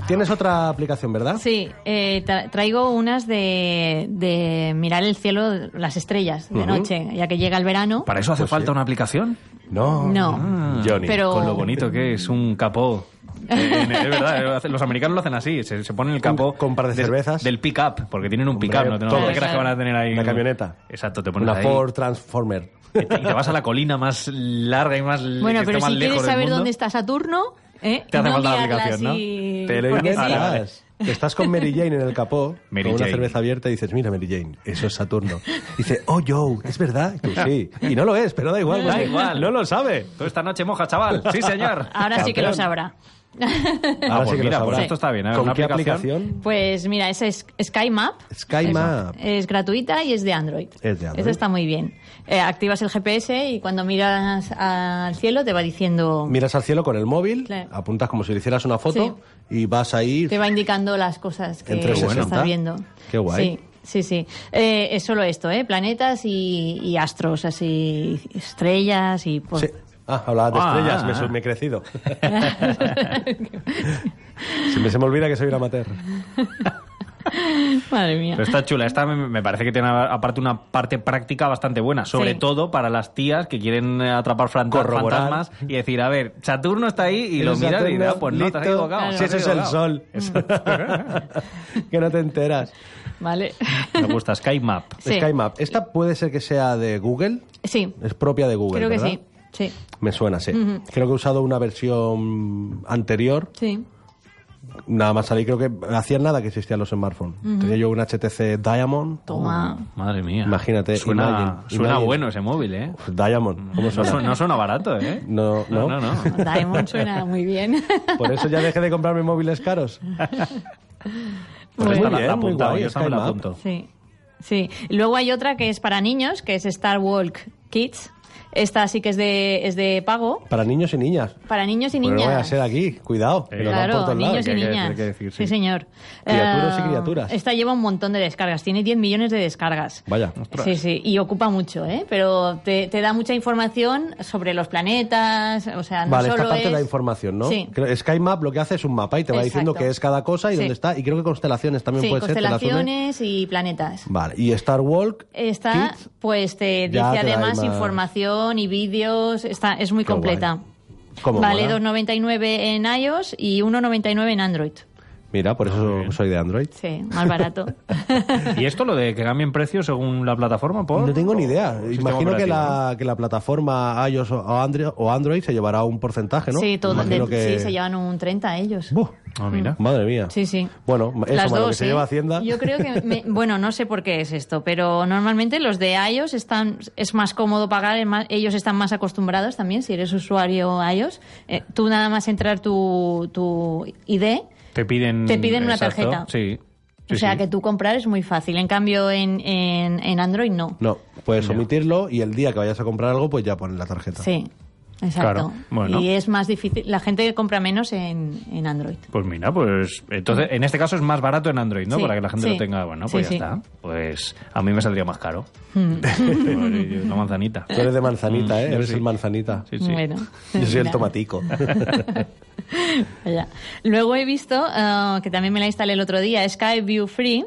Tienes otra aplicación, ¿verdad? Sí, eh, tra- traigo unas de, de mirar el cielo, las estrellas de Ujú. noche, ya que llega el verano. ¿Para eso hace falta una aplicación? Pues No. Mm. No. Johnny. Pero- Con lo bonito que es un capó. Eh, es verdad, los americanos lo hacen así, se, se ponen el capó con par de cervezas del pick-up, porque tienen un pick-up, no, te- no todo. te creas que van a tener ahí Una un- camioneta. Exacto, te pones Una ahí Ford Transformer. y te vas a la colina más larga y más Bueno, que pero esté más si quieres lejos del saber mundo. dónde está Saturno, ¿eh? Te hace no falta la mirarla aplicación, ¿no? así, Te lo porque sí. inventas. Estás con Mary Jane en el capó, Mary con una Jane. cerveza abierta y dices, mira Mary Jane, eso es Saturno. Dice, oh Joe, ¿es verdad? Y tú, sí. Y no lo es, pero da igual. Da porque igual. No lo sabe. Tú esta noche moja, chaval. Sí, señor. Ahora sí que lo sabrá. Ah, pues sí que lo mira, sabrá. pues esto está bien. A ver, ¿Con una qué aplicación? aplicación? Pues mira, esa es Sky Map. Sky Map. Es gratuita y es de Android. Es de Android. Esa está muy bien. Eh, activas el GPS y cuando miras al cielo te va diciendo, Miras al cielo con el móvil, Claro. apuntas como si le hicieras una foto y vas ahí. te va indicando las cosas que En 360. estás viendo. Qué guay. Sí, sí, sí. Eh, es solo esto, ¿eh? Planetas y, y astros, así, estrellas y... pues, Sí. Ah, hablabas de Ah. estrellas, me, su- me he crecido. Siempre se me olvida que soy un amateur. Madre mía. Pero está chula. Esta me- me parece que tiene aparte una parte práctica bastante buena, sobre Sí. todo para las tías que quieren eh, atrapar fran- Corroborar. fantasmas y decir, a ver, Saturno está ahí y lo Eres miras y dices, Saturno, ah, pues no, te has Lito, equivocado. te Si has eso es el equivocado. sol. que no te enteras. Vale. Me gusta Sky Map. Sí. Sky Map. Esta puede ser que sea de Google. Sí, Es propia de Google. creo que ¿verdad? sí. Sí, Me suena, sí. Ujú. Creo que he usado una versión anterior. sí. Nada más salí, creo que hacía nada que existían los smartphones. Ujú. Tenía yo un HTC Diamond. Toma. Oh, Madre mía. Imagínate. Suena, Imagine, suena Imagine. bueno ese móvil, ¿eh? Diamond. ¿Cómo No suena? suena, no suena barato, ¿eh? No, no. No, no, no. Diamond suena muy bien. Por eso ya dejé de comprarme móviles caros. Pues Muy esta la- bien, la he muy apuntado, guay, yo esta me la Sky Map. apunto. Sí, sí. Luego hay otra que es para niños, que es Star Walk Kids, Esta sí que es de, es de pago Para niños y niñas. para niños y Bueno, niñas. no vaya Pues a ser aquí, cuidado. que nos dan por Claro, todos lados. niños y Hay que- niñas. hay que decir, sí. señor. Criaturas y Eh, criaturas. Esta lleva un montón de descargas, tiene 10 millones de descargas. Vaya. Sí, sí, y ocupa mucho, ¿eh? Pero te, te da mucha información sobre los planetas, o sea, no vale, solo esta parte es... da información, ¿no? Sí. Creo- Sky Map lo que hace es un mapa y te va Exacto. diciendo qué es cada cosa y Sí. dónde está. Y creo que constelaciones también sí, puede ser. te las une. constelaciones y planetas. Vale, y Star Walk. Esta, pues te dice Ya te da ahí además más- información y vídeos, está, es muy Qué completa. ¿Cómo Vale mola? 2,99 en iOS y 1,99 en Android. Mira, por eso soy de Android. Sí, más barato. ¿Y esto lo de que cambien precio según la plataforma? Por, No tengo ni idea. por sistema Imagino que operativo, la, que la plataforma iOS o Android, o Android se llevará un porcentaje, ¿Ah, ¿no? Sí, todo, Imagino de- que- sí, se llevan un 30 ellos. Ah, mira. Madre mía. Sí, sí. Bueno, eso Las más lo que dos, se ¿eh? lleva Hacienda. Yo creo que, me- bueno, no sé por qué es esto, pero normalmente los de iOS están, es más cómodo pagar, es más- ellos están más acostumbrados también, si eres usuario iOS. Eh, tú nada más entrar tu, tu ID, Te piden, Mm, Te piden una exacto, tarjeta. Sí. o sea que tú comprar es muy fácil. En cambio, en, en, en Android no. No, puedes omitirlo y el día que vayas a comprar algo, pues ya pones la tarjeta. Sí, exacto. Claro, bueno. Y es más difícil, la gente compra menos en, en Android. Pues mira, pues entonces en este caso es más barato en Android, ¿no? Sí, Para que la gente sí. lo tenga. Bueno, pues Sí, ya sí. está. Pues a mí me saldría más caro. Pues, una manzanita. Tú eres de manzanita, Mm, ¿eh? yo Eres sí. el manzanita. Sí, Bueno. Yo soy el Mira. tomatico. Ya. Luego he visto, ah, que también me la instalé el otro día, Sky View Free.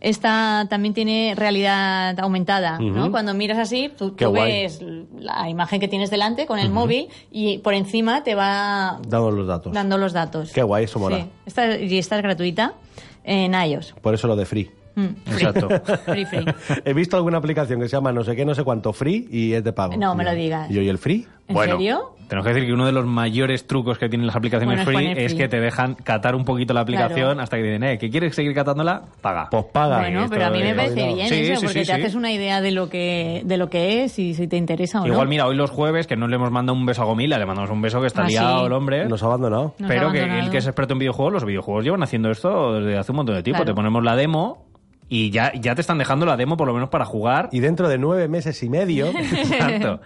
Esta también tiene realidad aumentada, Ujú. ¿no? Cuando miras así, tú, Qué tú guay. ves la imagen que tienes delante con el móvil y por encima te va Damos los datos. dando los datos. Qué guay, eso mola. Sí. Esta, y esta es gratuita en iOS. Por eso lo de free. Mm. Exacto. Free, free. He visto alguna aplicación que se llama no sé qué, no sé cuánto free y es de pago. No me lo digas. ¿Y hoy el free? ¿En serio? Tenemos que decir que uno de los mayores trucos que tienen las aplicaciones Bueno, es free poner es free. que te dejan catar un poquito la aplicación Claro. hasta que dicen, eh, que quieres seguir catándola, paga. Pues paga. Bueno, pero a mí me parece bien eso, porque te haces una idea de lo que de lo que es y si te interesa o no. Igual, mira, hoy los jueves, que no le hemos mandado un beso a Gomila, le mandamos un beso que está Ah, sí. liado el hombre. Nos ha abandonado. Nos ha pero que abandonado. el que es experto en videojuegos, los videojuegos llevan haciendo esto desde hace un montón de tiempo. Claro. Te ponemos la demo y ya, ya te están dejando la demo por lo menos para jugar. Y dentro de nueve meses y medio. Exacto.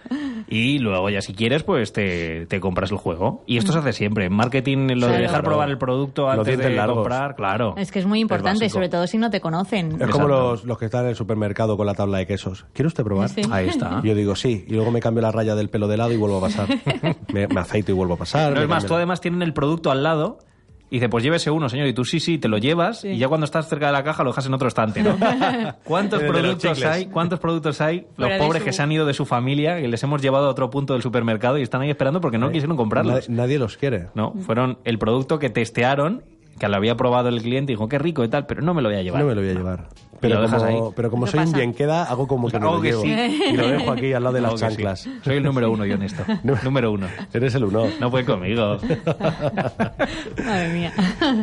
Y luego ya si quieres, pues te, te compras el juego. Y esto se hace siempre. En marketing, lo Claro. de dejar Claro. probar el producto Los antes dientes de largos. comprar, claro. Es que es muy importante, básico. sobre todo si no te conocen. Es como los, los que están en el supermercado con la tabla de quesos. ¿Quiere usted probar? Sí. Ahí está. Yo digo sí, y luego me cambio la raya del pelo de lado y vuelvo a pasar. me, me aceito y vuelvo a pasar. No me es más, cambio- tú además tienen el producto al lado. Y dice, pues llévese uno, señor. Y tú sí, sí, te lo llevas. Y ya cuando estás cerca de la caja lo dejas en otro estante, ¿no? ¿Cuántos El de los productos chicles. hay? ¿Cuántos productos hay? Los Fuera de pobres su- que se han ido de su familia, que les hemos llevado a otro punto del supermercado y están ahí esperando porque no quisieron comprarlos. Nadie, nadie los quiere. No, fueron el producto que testearon, que lo había probado el cliente y dijo, qué rico y tal, pero no me lo voy a llevar. No me lo voy a llevar. Y Pero lo dejas como, ahí. pero como Eso soy un pasa. bien queda, hago como que no Hago lo que llevo. sí. Y lo dejo aquí al lado de Hago las que sí. chanclas. Soy el número uno yo en esto. número uno. Eres el uno. No puede conmigo. Madre mía.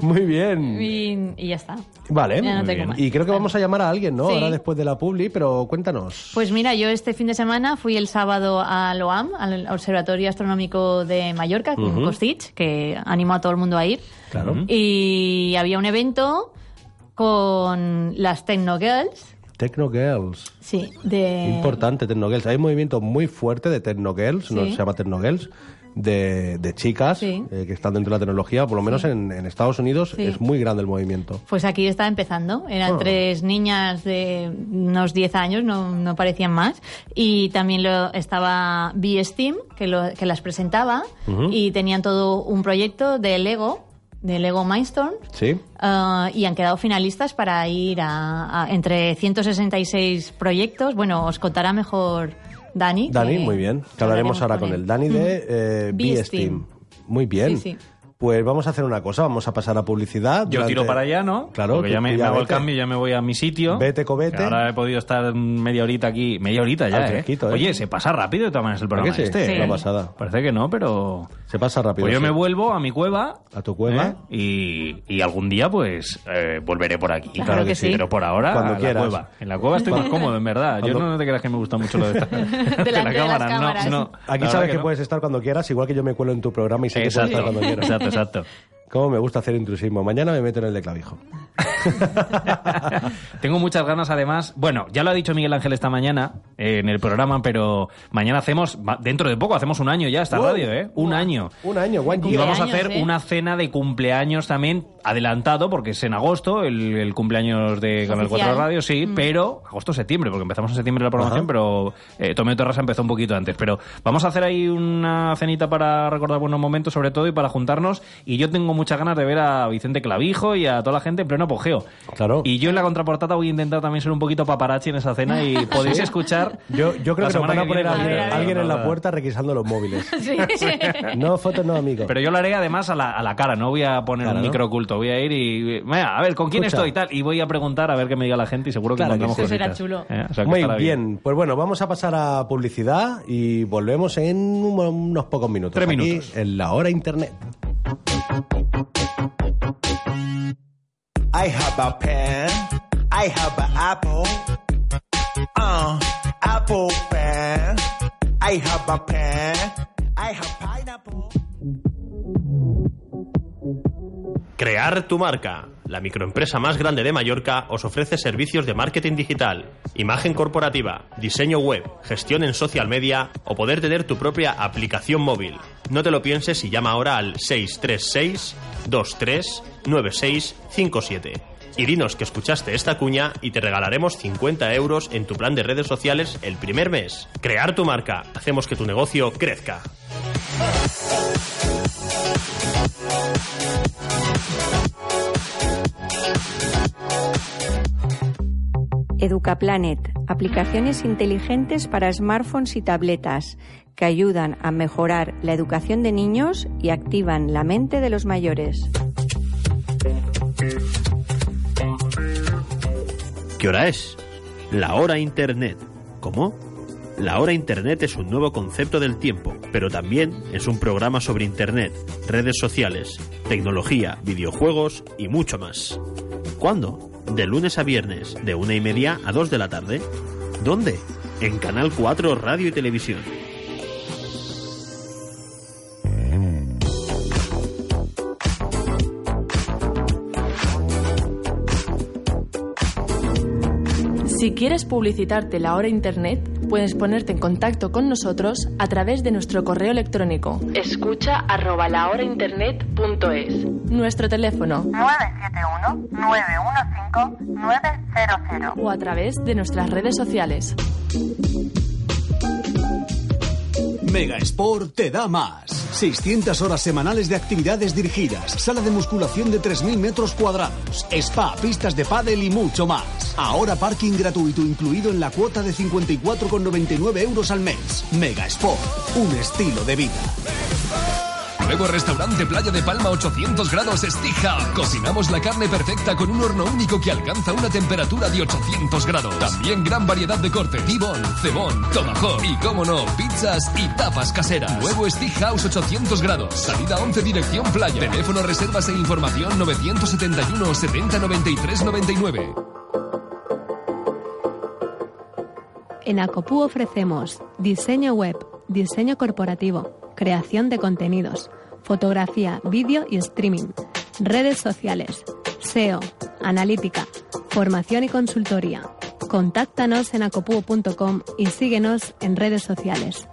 Muy bien. Y, y ya está. Vale. Ya no Muy tengo bien. más. Y creo que vamos a llamar a alguien, ¿no? Sí. Ahora después de la publi, pero cuéntanos. Pues mira, yo este fin de semana fui el sábado al OAM, al Observatorio Astronómico de Mallorca, con Ujú. Kostic, que animo a todo el mundo a ir. Claro. Y había un evento con las Techno Girls, Techno Girls. sí, de... Importante, Techno Girls. Hay un movimiento muy fuerte de Techno Girls, no Sí. se llama Techno Girls, de, de chicas Sí. eh, que están dentro de la tecnología, por lo menos en, en Estados Unidos Sí. es muy grande el movimiento. Pues aquí está empezando. Eran Ah. tres niñas de unos 10 años, no, no parecían más. Y también lo, estaba B-Steam, que, lo- que las presentaba. Ujú. Y tenían todo un proyecto de Lego, de Lego Mindstorm. Sí. ah, y han quedado finalistas para ir a, a- entre 166 proyectos. Bueno, os contará mejor Dani. que- Dani, muy bien. Que hablaremos ahora con él. Dani de eh, Ujú. B-Steam. Muy bien. Sí, sí. Pues vamos a hacer una cosa, vamos a pasar a publicidad. Yo durante- tiro para allá, ¿no? Claro, Porque tú- ya me, tú me hago el vete. cambio, ya me voy a mi sitio. Vete, cobete. Ahora he podido estar media horita aquí. Media horita ya, Al ¿eh? fresquito, ¿eh? Oye, se pasa rápido de todas maneras el ¿Verdad que programa sí? este. Sí. ¿eh? Una pasada. Parece que no, pero... Se pasa rápido. Pues yo sí. me vuelvo a mi cueva. A tu cueva. ¿eh? Y, y algún día, pues, eh, volveré por aquí. Claro que sí. Pero por ahora, Cuando a la quieras. cueva. En la cueva estoy más cómodo, en verdad. Yo Cuando- no, no te creas que me gusta mucho lo de esta... de las cámara, no, cámaras. no. La Aquí verdad sabes que que no. puedes estar cuando quieras, igual que yo me cuelo en tu programa y sé que puedes estar Exacto, cuando quieras. exacto, exacto. Cómo me gusta hacer intrusismo. Mañana me meto en el de clavijo. Tengo muchas ganas, además. Bueno, ya lo ha dicho Miguel Ángel esta mañana eh, en el programa, pero mañana hacemos, va- dentro de poco, hacemos un año ya esta Wow. radio, ¿eh? Un año. Un año, ¿eh? one Y year. vamos a hacer una cena de cumpleaños también, adelantado, porque es en agosto, el, el cumpleaños de Canal 4 Oficial. Radio, sí, pero agosto-septiembre, porque empezamos en septiembre la programación, pero eh, Tomeo Terrasa empezó un poquito antes. Pero vamos a hacer ahí una cenita para recordar buenos momentos, sobre todo, y para juntarnos. Y yo tengo muchas ganas de ver a Vicente Clavijo y a toda la gente en pleno apogeo. Claro. Y yo en la contraportada voy a intentar también ser un poquito paparazzi en esa cena y podéis Sí. escuchar. Yo, la yo creo que nos semana van a que poner viene. a alguien, alguien en la puerta requisando los móviles. No fotos, no amigos. Pero yo lo haré además a la, a la cara, no voy a poner Claro, un ¿no? micro oculto. Voy a ir y. Venga, a ver, ¿con quién Escucha. estoy y tal? Y voy a preguntar a ver qué me diga la gente y seguro que Claro que encontramos sí. Será cositas. chulo. ¿Eh? O sea, que Muy estará bien. pues bueno, vamos a pasar a publicidad y volvemos en un- unos pocos minutos. Tres Aquí, minutos. en la hora internet. I have a pen. I have an apple. Uh, apple pen. I have a pen. I have pineapple. Crear tu marca. La microempresa más grande de Mallorca os ofrece servicios de marketing digital, imagen corporativa, diseño web, gestión en social media o poder tener tu propia aplicación móvil. No te lo pienses y llama ahora al 636 23 9657. Y dinos que escuchaste esta cuña y te regalaremos 50 euros en tu plan de redes sociales el primer mes. Crear tu marca. Hacemos que tu negocio crezca. EducaPlanet, aplicaciones inteligentes para smartphones y tabletas que ayudan a mejorar la educación de niños y activan la mente de los mayores. ¿Qué hora es? La hora Internet. ¿Cómo? La hora Internet es un nuevo concepto del tiempo, pero también es un programa sobre Internet, redes sociales, tecnología, videojuegos y mucho más. ¿Cuándo? De lunes a viernes, de una y media a dos de la tarde. ¿Dónde? En Canal 4 Radio y Televisión. Si quieres publicitarte la hora internet, puedes ponerte en contacto con nosotros a través de nuestro correo electrónico. Escucha arroba lahorainternet.es. Nuestro teléfono 971-915-900 o a través de nuestras redes sociales. Mega Sport te da más. 600 horas semanales de actividades dirigidas, sala de musculación de 3.000 metros cuadrados, spa, pistas de pádel y mucho más. Ahora parking gratuito incluido en la cuota de 54,99 euros al mes. Mega Sport, un estilo de vida. Nuevo restaurante Playa de Palma 800 grados Estija. Cocinamos la carne perfecta con un horno único que alcanza una temperatura de 800 grados. También gran variedad de corte, tibón, cebón, tomahawk y, cómo no, pizzas y tapas caseras. Nuevo Estija House 800 grados. Salida 11 dirección Playa. Teléfono reservas e información 971 70 93 99. En Acopú ofrecemos diseño web, diseño corporativo, creación de contenidos, fotografía, vídeo y streaming, redes sociales, SEO, analítica, formación y consultoría. Contáctanos en acopu.com y síguenos en redes sociales.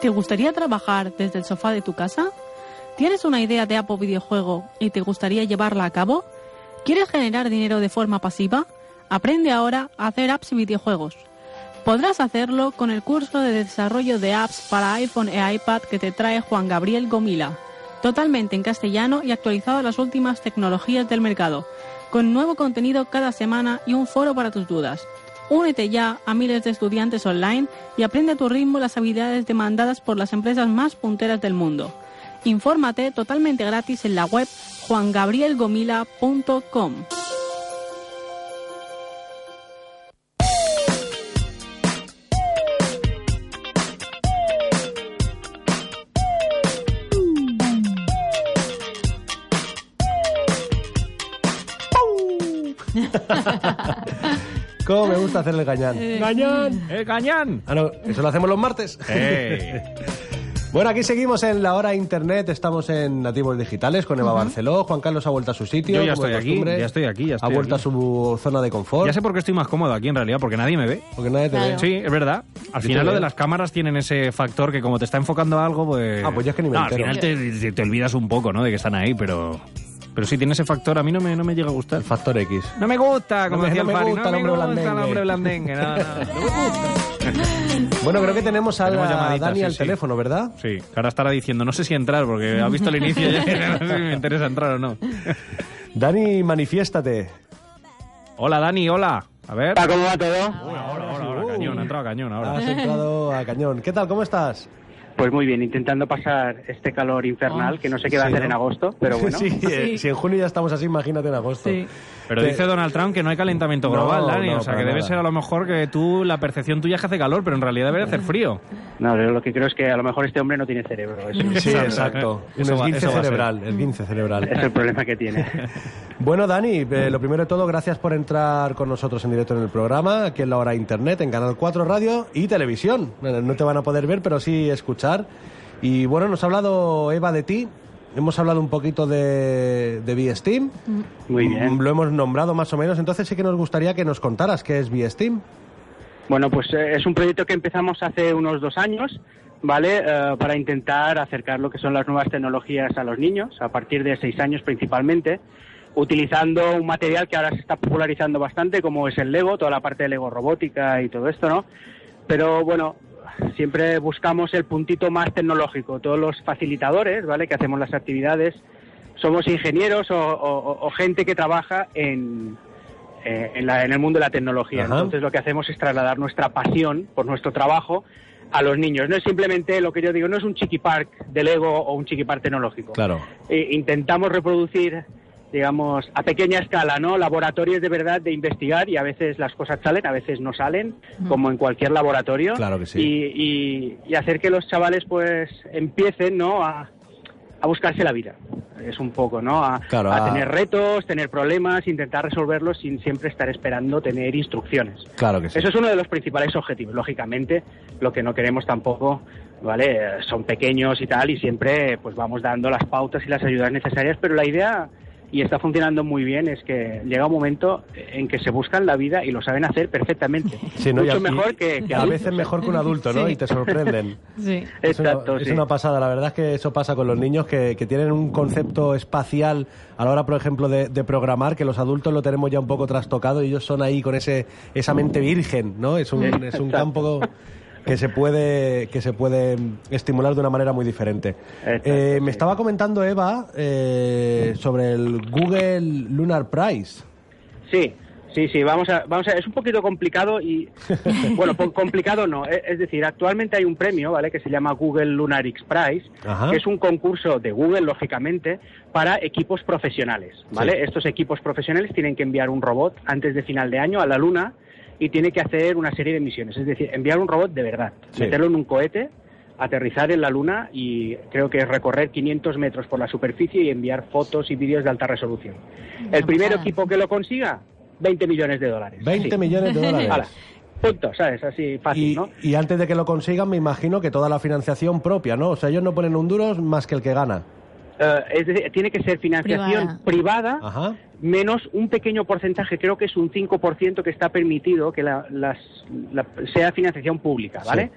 ¿Te gustaría trabajar desde el sofá de tu casa? ¿Tienes una idea de app o videojuego y te gustaría llevarla a cabo? ¿Quieres generar dinero de forma pasiva? Aprende ahora a hacer apps y videojuegos. Podrás hacerlo con el curso de desarrollo de apps para iPhone e iPad que te trae Juan Gabriel Gomila, totalmente en castellano y actualizado a las últimas tecnologías del mercado, con nuevo contenido cada semana y un foro para tus dudas. Únete ya a miles de estudiantes online y aprende a tu ritmo las habilidades demandadas por las empresas más punteras del mundo. Infórmate totalmente gratis en la web juangabrielgomila.com. ¿Cómo me gusta hacer el gañán? ¡Gañán! Eh. ¡El gañán! Ah, no, eso lo hacemos los martes. ¡Ey! Bueno, aquí seguimos en la hora internet, estamos en Nativos Digitales con Eva Barceló, Juan Carlos ha vuelto a su sitio. Yo ya como estoy de aquí, costumbre. ya estoy aquí, ya estoy Ha vuelto aquí. a su zona de confort. Ya sé por qué estoy más cómodo aquí en realidad, porque nadie me ve. Porque nadie te ve. Sí, es verdad. Al Yo te final lo veo. de las cámaras tienen ese factor que como te está enfocando a algo, pues... Ah, pues ya es que ni me No, entero. Al final te, te- te olvidas un poco, ¿no? De que están ahí, pero... Pero sí tiene ese factor, a mí no me, no me llega a gustar. El factor X. No me gusta, como No me- decía no el me Fari, gusta el no me hombre gusta el blandengue. hombre blandengue. No, no. Bueno, creo que tenemos a la Tenemos llamaditas, Dani sí, al sí. teléfono, ¿verdad? Sí, que ahora estará diciendo, no sé si entrar, porque ha visto el inicio y ya no sé si me interesa entrar o no. Dani, manifiéstate. Hola, Dani, hola. A ver. ¿Cómo va todo? Ahora, ahora, ahora, cañón, ha entrado cañón ahora. Has entrado a cañón. ¿Qué tal? ¿Cómo estás? Pues muy bien, intentando pasar este calor infernal, que no sé qué va a Sí, hacer ¿no? en agosto, pero bueno. Sí, eh, Si en junio ya estamos así, imagínate en agosto. Pero Te- dice Donald Trump que no hay calentamiento No, global, Dani. no, o sea, para que debe nada. ser a lo mejor que tú, la percepción tuya es que hace calor, pero en realidad debe hacer frío. No, yo lo que creo es que a lo mejor este hombre no tiene cerebro. eso- Sí, exacto. Un Eso va- esguince eso va a ser. cerebral, esguince cerebral. Es el problema que tiene. Bueno, Dani, eh, lo primero de todo, gracias por entrar con nosotros en directo en el programa, aquí en la hora internet, en Canal 4 Radio y Televisión. Bueno, No te van a poder ver, pero sí escuchar. Y bueno, nos ha hablado Eva de ti, hemos hablado un poquito de, de V-Steam. Muy bien. Mm, Lo hemos nombrado más o menos, entonces sí que nos gustaría que nos contaras qué es V-Steam. Bueno, pues eh, es un proyecto que empezamos hace unos dos años, ¿vale? Eh, para intentar acercar lo que son las nuevas tecnologías a los niños, a partir de seis años principalmente, utilizando un material que ahora se está popularizando bastante, como es el Lego, toda la parte de Lego robótica y todo esto, ¿no? Pero bueno, siempre buscamos el puntito más tecnológico. Todos los facilitadores, ¿vale? Que hacemos las actividades, somos ingenieros o, o- o gente que trabaja en, eh, en, la- en el mundo de la tecnología. Ajá. Entonces lo que hacemos es trasladar nuestra pasión por nuestro trabajo a los niños. No es simplemente lo que yo digo, no es un chiqui park de Lego o un chiqui park tecnológico. Claro. Eh, intentamos reproducir, digamos, a pequeña escala, ¿no? Laboratorios de verdad de investigar y a veces las cosas salen, a veces no salen, Ujú. como en cualquier laboratorio. Claro que sí. Y, y- y hacer que los chavales, pues, empiecen, ¿no? A, a buscarse la vida. Es un poco, ¿no? A, Claro, ah, a a- tener retos, tener problemas, intentar resolverlos sin siempre estar esperando tener instrucciones. Claro que sí. Eso es uno de los principales objetivos. Lógicamente, lo que no queremos tampoco, ¿vale? Eh, Son pequeños y tal, y siempre pues vamos dando las pautas y las ayudas necesarias, pero la idea, y está funcionando muy bien, es que llega un momento en que se buscan la vida y lo saben hacer perfectamente. Sí, ¿no? Y Mucho a- y- mejor que, que a adultos. veces mejor que un adulto, ¿no? Sí. Y te sorprenden. Sí. Es una- Exacto, es una, sí. pasada, la verdad es que eso pasa con los niños que, que tienen un concepto espacial a la hora, por ejemplo, de, de programar, que los adultos lo tenemos ya un poco trastocado y ellos son ahí con ese esa mente virgen, ¿no? Es un, Sí. es un campo que se puede que se puede estimular de una manera muy diferente. Eh, me estaba comentando Eva eh, sobre el Google Lunar Prize. Sí, sí, sí, vamos a, vamos a, es un poquito complicado y, bueno, po- complicado no, e- es decir, actualmente hay un premio, ¿vale?, que se llama Google Lunar X Prize, Ajá. que es un concurso de Google, lógicamente, para equipos profesionales, ¿vale? Sí. Estos equipos profesionales tienen que enviar un robot antes de final de año a la Luna y tiene que hacer una serie de misiones, es decir, enviar un robot de verdad, Sí. meterlo en un cohete, aterrizar en la Luna y creo que es recorrer 500 metros por la superficie y enviar fotos y vídeos de alta resolución. El primer equipo que lo consiga, 20 millones de dólares. 20 millones de dólares. Hala, punto, ¿sabes? Así fácil, y, ¿no? y antes de que lo consigan, me imagino que toda la financiación propia, ¿no? O sea, ellos no ponen un duro más que el que gana. Eh, es decir, tiene que ser financiación privada, Ajá. menos un pequeño porcentaje, creo que es un 5% que está permitido que la, las- la- sea financiación pública, ¿vale?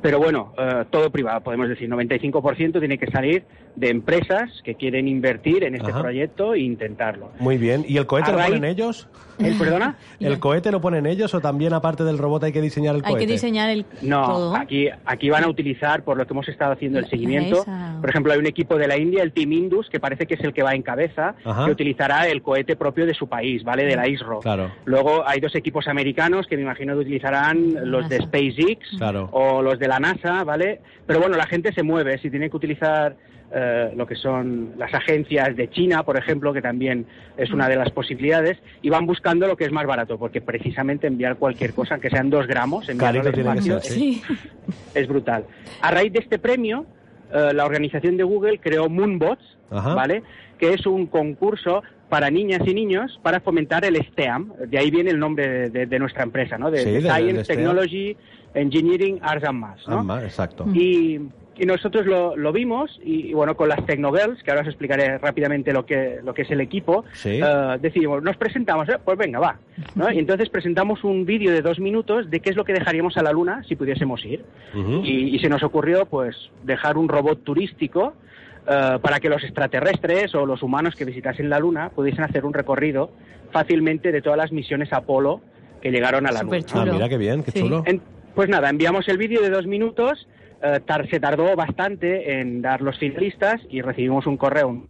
Pero bueno, eh, todo privado, podemos decir, 95% tiene que salir de empresas que quieren invertir en este Ajá. proyecto e intentarlo. Muy bien. ¿Y el cohete A lo raíz- ponen ellos? ¿El perdona? ¿El cohete lo ponen ellos o también aparte del robot hay que diseñar el Hay cohete? que diseñar el No, todo. aquí aquí van a utilizar por lo que hemos estado haciendo el seguimiento. esa. Por ejemplo, hay un equipo de la India, el Team Indus, que parece que es el que va en cabeza, Ajá. que utilizará el cohete propio de su país, ¿vale? De la ISRO. Claro. Luego hay dos equipos americanos que me imagino que utilizarán los de SpaceX Claro. o los de la NASA, ¿vale? Pero bueno, la gente se mueve, si tiene que utilizar eh, lo que son las agencias de China, por ejemplo, que también es una de las posibilidades, y van buscando lo que es más barato, porque precisamente enviar cualquier cosa, que sean dos gramos, enviarlo al Carito tiene que espacio, ser, es- sí. es brutal. A raíz de este premio, eh, la organización de Google creó Moonbots, Ajá. ¿vale? Que es un concurso para niñas y niños para fomentar el STEAM. De ahí viene el nombre de, de- de nuestra empresa, ¿no? De, Sí, de del- del Science, STEAM. Technology, Engineering, Arts and Maths, ¿no? Ambas, exacto. Y, y nosotros lo, lo vimos, y, y bueno, con las Tecnogirls, que ahora os explicaré rápidamente lo que, lo que es el equipo, Sí. eh, decidimos, nos presentamos, eh, pues venga, va. ¿no? Y entonces presentamos un vídeo de dos minutos de qué es lo que dejaríamos a la Luna si pudiésemos ir. Y, y se nos ocurrió, pues, dejar un robot turístico eh, para que los extraterrestres o los humanos que visitasen la Luna pudiesen hacer un recorrido fácilmente de todas las misiones Apolo que llegaron a la Luna. Ah, mira qué bien, qué chulo. En- pues nada, enviamos el vídeo de dos minutos. eh, tar- se tardó bastante en dar los finalistas y recibimos un correo.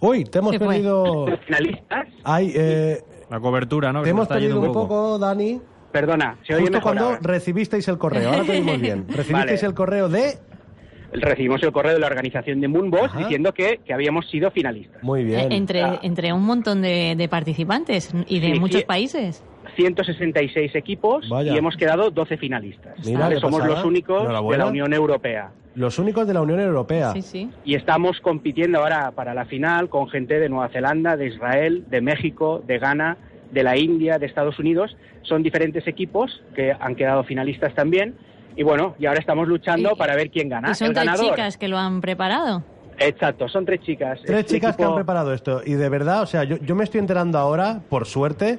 Uy, te hemos Se fue. perdido. Finalistas. Ay, eh, La cobertura, ¿no? Que te se hemos está yendo perdido un poco, Dani. Perdona, se oye Justo mejor cuando ahora. recibisteis el correo, ahora tenemos bien. Recibisteis Vale. el correo de. Recibimos el correo de la organización de Moonboss diciendo que, que habíamos sido finalistas. Ah, Muy Eh, Entre, Ah. entre un montón de, de participantes y de Sí, muchos sí. países. 166 equipos Vaya. y hemos quedado 12 finalistas. Mira, Vale, qué somos pasada. los únicos de Enhorabuena. la Unión Europea. Los únicos de la Unión Europea. Y estamos compitiendo ahora para la final con gente de Nueva Zelanda, de Israel, de México, de Ghana, de la India, de Estados Unidos. Son diferentes equipos que han quedado finalistas también. Y bueno, y ahora estamos luchando para ver quién gana. y son El tres ganador. chicas que lo han preparado. Exacto, son tres chicas. Tres Este Es un chicas que han equipo- preparado esto. Y de verdad, o sea, yo, yo me estoy enterando ahora, por suerte,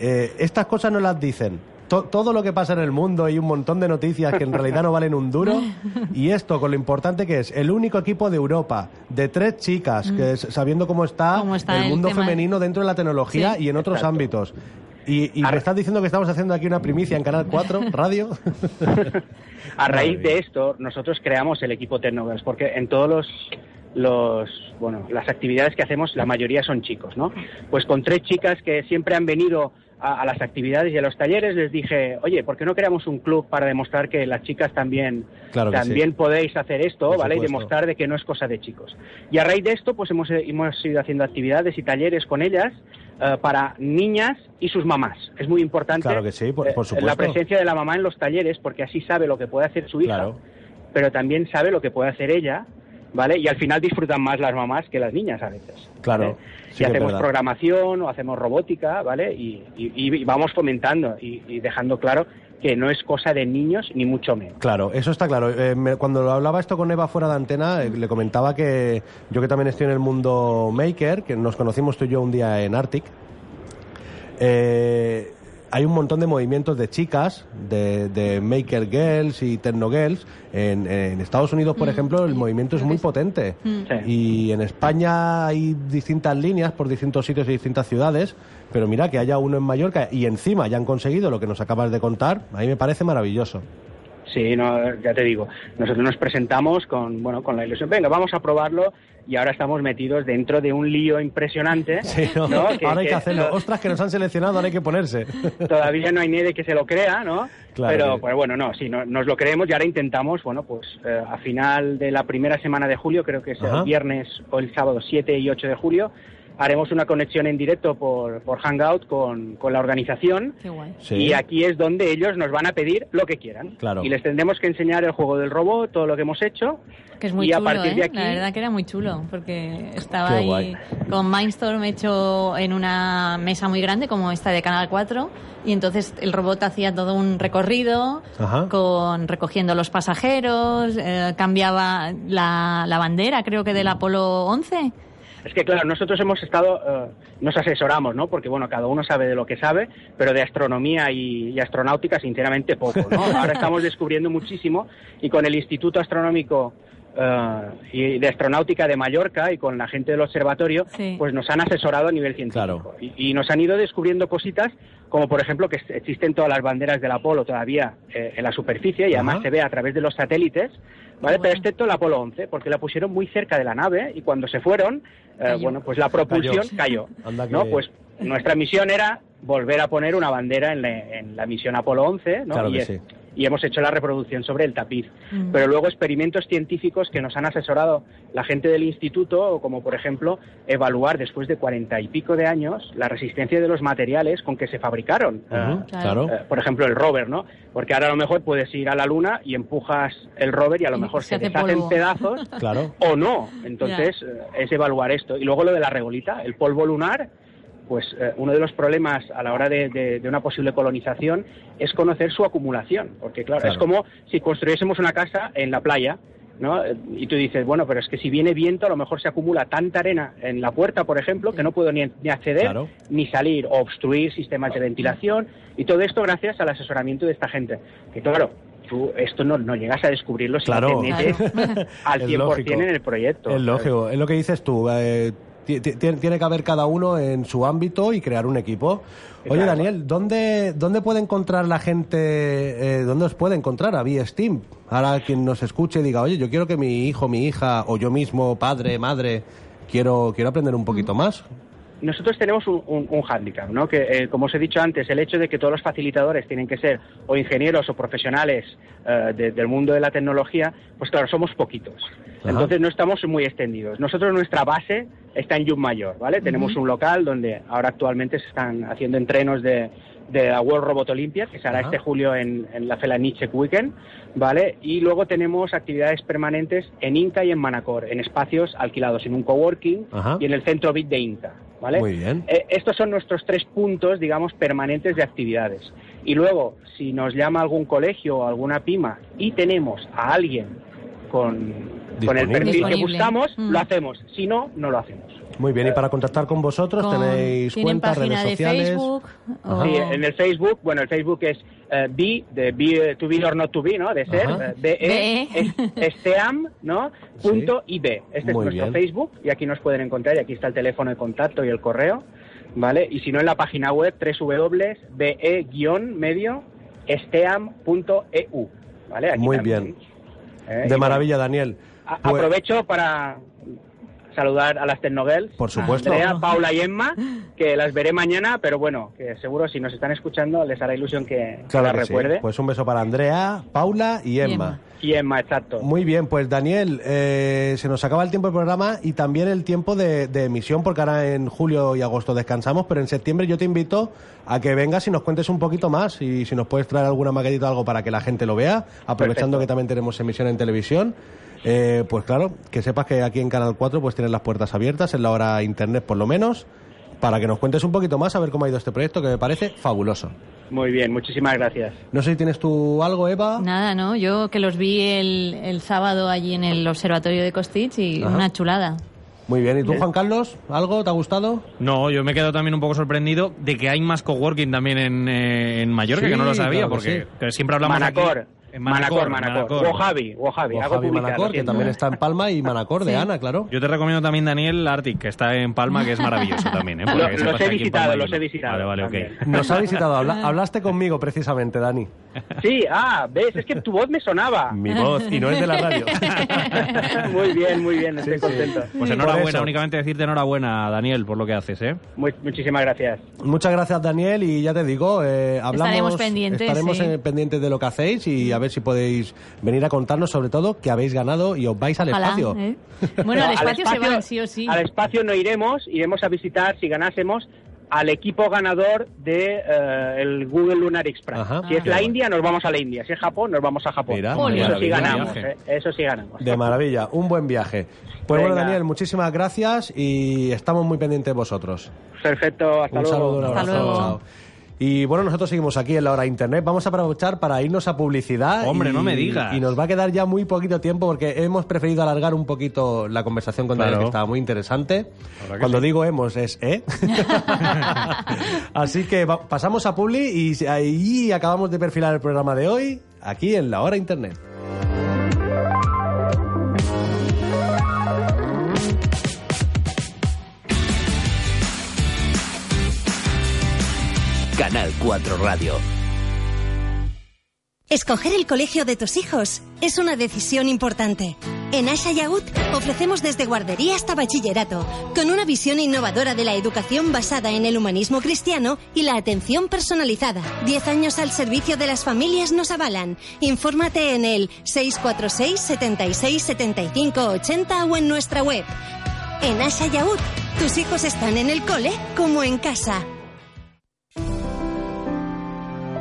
eh, estas cosas no las dicen. To- todo lo que pasa en el mundo y un montón de noticias que en realidad no valen un duro. Y esto, con lo importante que es, el único equipo de Europa de tres chicas, que es- sabiendo cómo está, Mm. está el el mundo tema de- femenino dentro de la tecnología Sí. y en otros Exacto. ámbitos. Y, y me estás diciendo que estamos haciendo aquí una primicia en Canal 4, radio. A raíz de esto, nosotros creamos el equipo Turnovers, porque en todos los, los bueno, las actividades que hacemos, la mayoría son chicos, ¿no? Pues con tres chicas que siempre han venido a, a las actividades y a los talleres, les dije, oye, ¿por qué no creamos un club para demostrar que las chicas también, Claro que también sí. podéis hacer esto, Por ¿vale? Y supuesto. demostrar de que no es cosa de chicos. Y a raíz de esto, pues hemos, hemos ido haciendo actividades y talleres con ellas eh, para niñas y sus mamás. Es muy importante Claro que sí, por- por eh, la supuesto. presencia de la mamá en los talleres, porque así sabe lo que puede hacer su hija, pero también sabe lo que puede hacer ella, ¿vale? Y al final disfrutan más las mamás que las niñas a veces. Claro. sí y que es hacemos verdad. programación o hacemos robótica, ¿vale? Y, y- y vamos fomentando y, y dejando claro que no es cosa de niños ni mucho menos. Claro, eso está claro. Eh, me- cuando lo hablaba esto con Eva fuera de antena, eh, le comentaba que yo que también estoy en el mundo maker, que nos conocimos tú y yo un día en Arctic, eh, hay un montón de movimientos de chicas, de, de maker girls y techno girls. En, en Estados Unidos, por ejemplo, el movimiento es muy potente. Mm. Y en España hay distintas líneas por distintos sitios y distintas ciudades. Pero mira, que haya uno en Mallorca y encima ya han conseguido lo que nos acabas de contar, a mí me parece maravilloso. Sí, no, ya te digo, nosotros nos presentamos con, bueno, con la ilusión, venga, vamos a probarlo y ahora estamos metidos dentro de un lío impresionante. Sí, ¿no? ¿no? ahora hay que hacerlo. no- Ostras, que nos han seleccionado, ahora hay que ponerse. todavía no hay nadie que se lo crea, ¿no? Claro. Pero pues bueno, no, sí, no- nos lo creemos y ahora intentamos, bueno, pues eh, a final de la primera semana de julio, creo que es Ajá. el viernes o el sábado 7 y 8 de julio, haremos una conexión en directo por, por Hangout con, con la organización Sí. y aquí es donde ellos nos van a pedir lo que quieran. Claro. Y les tendremos que enseñar el juego del robot, todo lo que hemos hecho. Que es muy y a chulo, partir ¿eh? de aquí, La verdad que era muy chulo, porque estaba Qué ahí guay. con Mindstorm hecho en una mesa muy grande, como esta de Canal 4, y entonces el robot hacía todo un recorrido, Ajá. con recogiendo los pasajeros, eh, cambiaba la, la bandera, creo que del Mm. Apolo 11. Es que claro, nosotros hemos estado, eh, nos asesoramos, ¿no? Porque bueno, cada uno sabe de lo que sabe, pero de astronomía y, y astronáutica, sinceramente, poco, ¿no? Ahora estamos descubriendo muchísimo y con el Instituto Astronómico eh, y de Astronáutica de Mallorca y con la gente del observatorio, pues nos han asesorado a nivel científico y, y nos han ido descubriendo cositas como por ejemplo que es- existen todas las banderas del Apolo todavía eh, en la superficie y además Ajá. se ve a través de los satélites, ¿vale? Pero excepto el Apolo 11, porque la pusieron muy cerca de la nave y cuando se fueron, eh, Cayó. bueno, pues la propulsión cayó. Anda que- ¿no? Pues nuestra misión era volver a poner una bandera en la, en la misión Apolo 11, ¿no? Claro y que es- sí. Mm. y hemos hecho la reproducción sobre el tapiz. Pero luego experimentos científicos que nos han asesorado la gente del instituto, como por ejemplo evaluar después de cuarenta y pico de años la resistencia de los materiales con que se fabricaron. Ujú, Eh, Ah, claro. eh, por ejemplo, el rover, ¿no? Porque ahora a lo mejor puedes ir a la luna y empujas el rover y a lo mejor se, hace deshacen polvo. pedazos Claro. o no. Entonces, eh, es evaluar esto. Y luego lo de la regolita, el polvo lunar, pues eh, uno de los problemas a la hora de, de- de una posible colonización es conocer su acumulación. Porque, claro, Claro. es como si construyésemos una casa en la playa. ¿No? Eh, Y tú dices, bueno, pero es que si viene viento, a lo mejor se acumula tanta arena en la puerta, por ejemplo, que no puedo ni, ni acceder Claro. ni salir, o obstruir sistemas de ventilación, y todo esto gracias al asesoramiento de esta gente. Que claro, tú esto no, no llegas a descubrirlo si Claro. no te metes al Es 100% lógico. en el proyecto. Es lógico, es lo que dices tú. eh, ti- ti- tiene tiene que haber cada uno en su ámbito y crear un equipo. Oye, Claro. Daniel, ¿dónde, ¿dónde puede encontrar la gente, eh, dónde os puede encontrar a Vía Steam? Ahora quien nos escuche diga, oye, yo quiero que mi hijo, mi hija, o yo mismo, padre, madre, quiero, quiero aprender un poquito más. nosotros tenemos un, un, un hándicap, ¿no? Que, eh, como os he dicho antes, el hecho de que todos los facilitadores tienen que ser o ingenieros o profesionales eh, de- del mundo de la tecnología, pues claro, somos poquitos. Entonces no estamos muy extendidos. Nosotros nuestra base está en Yup Mayor, ¿vale? Tenemos un local donde ahora actualmente se están haciendo entrenos de, de la World Robot Olympia, que será Ajá. este julio en, en la Felanichek Weekend, ¿vale? Y luego tenemos actividades permanentes en Inca y en Manacor, en espacios alquilados, en un coworking Ajá. y en el centro BIT de Inca, ¿vale? Muy bien. Eh, estos son nuestros tres puntos, digamos, permanentes de actividades. Y luego, si nos llama algún colegio o alguna pima y tenemos a alguien con, con el Disponible. perfil que Disponible. buscamos, lo hacemos. Si no, no lo hacemos. Muy bien, y para contactar con vosotros Con- tenéis tienen cuentas, redes página de sociales. Facebook, Ajá. Sí, en el Facebook, bueno, el Facebook es eh, be, de be, eh, to be or not to be, ¿no? De ser, Ajá. eh, be, Be. es, es team, ¿no? Punto ib. Este Muy es nuestro bien. Facebook y aquí nos pueden encontrar y aquí está el teléfono de contacto y el correo, ¿vale? Y si no, en la página web www.be-medio-esteam.eu, e ¿vale? Aquí Muy también. bien. Eh, y De bueno, maravilla, Daniel. a- Pues- Aprovecho para saludar a las Tecnogirls. Por supuesto. a Andrea, Paula y Emma, que las veré mañana, pero bueno, que seguro si nos están escuchando les hará ilusión que que Claro las que sí. recuerde. Pues un beso para Andrea, Paula y Emma. Y Emma, exacto. Muy bien, pues Daniel, eh, se nos acaba el tiempo del programa y también el tiempo de, de emisión, porque ahora en julio y agosto descansamos, pero en septiembre yo te invito a que vengas y nos cuentes un poquito más y si nos puedes traer alguna maquetita o algo para que la gente lo vea, aprovechando Perfecto. que también tenemos emisión en televisión. eh, pues claro, que sepas que aquí en Canal 4 pues tienes las puertas abiertas, en la hora internet por lo menos, para que nos cuentes un poquito más, a ver cómo ha ido este proyecto, que me parece fabuloso. Muy bien, muchísimas gracias. No sé si tienes tú algo, Eva. Nada, ¿no? Yo que los vi el, el sábado allí en el observatorio de Costitx y Ajá. una chulada. Muy bien, ¿y tú, Juan Carlos? ¿Algo te ha gustado? No, yo me he quedado también un poco sorprendido de que hay más coworking también en, eh, en Mallorca, Sí, que no lo sabía, claro porque que sí. que siempre hablamos Manacor. aquí- en Manacor, Manacor, Manacor. Manacor. Wojavi, Wojavi, hago Javi publicidad, lo Manacor, que siento. también está en Palma, y Manacor de Sí. Ana, claro. Yo te recomiendo también, Daniel, Arctic, que está en Palma, que es maravilloso también. ¿eh? Para Lo- que los sepas he que aquí en visitado, Palma hay los uno. he visitado Vale, vale, también. ok. Nos ha visitado, habla- hablaste conmigo precisamente, Dani. Sí, ah, ves, es que tu voz me sonaba. Mi voz, y no es de la radio. muy bien, muy bien, estoy contento. Pues enhorabuena, únicamente decirte enhorabuena, Daniel, por lo que haces, ¿eh? Mu- muchísimas gracias. Muchas gracias, Daniel, y ya te digo, eh, hablamos, Estaremos pendientes, estaremos, sí. eh, pendientes de lo que hacéis y a ver si podéis venir a contarnos, sobre todo, que habéis ganado y os vais al Ojalá, espacio. ¿eh? Bueno, al No, espacio, se van sí o sí. Al espacio no iremos, iremos a visitar, si ganásemos, al equipo ganador de eh, el Google Lunar Express. Ajá. Ah, si es Qué la guay. India, nos vamos a la India. Si es Japón, nos vamos a Japón. Mira, eso Ole. sí maravilla, ganamos, viaje. eh, eso sí ganamos. De maravilla, un buen viaje. Pues bueno, Venga. Daniel, muchísimas gracias y estamos muy pendientes de vosotros. Perfecto, hasta un luego. saludo, un abrazo. Chao. Y bueno, nosotros seguimos aquí en la hora de internet. Vamos a aprovechar para irnos a publicidad. Hombre, y- no me digas. Y nos va a quedar ya muy poquito tiempo porque hemos preferido alargar un poquito la conversación con Claro. Daniel, que estaba muy interesante. verdad que Cuando sí. digo hemos, es ¿eh? Así que va- pasamos a Publi y ahí acabamos de perfilar el programa de hoy aquí en la hora internet. Canal 4 Radio. Escoger el colegio de tus hijos es una decisión importante. En Asha Yagut ofrecemos desde guardería hasta bachillerato, con una visión innovadora de la educación basada en el humanismo cristiano y la atención personalizada. Diez años al servicio de las familias nos avalan. Infórmate en el 646 76 75 80 o en nuestra web. En Asha Yagut, tus hijos están en el cole como en casa.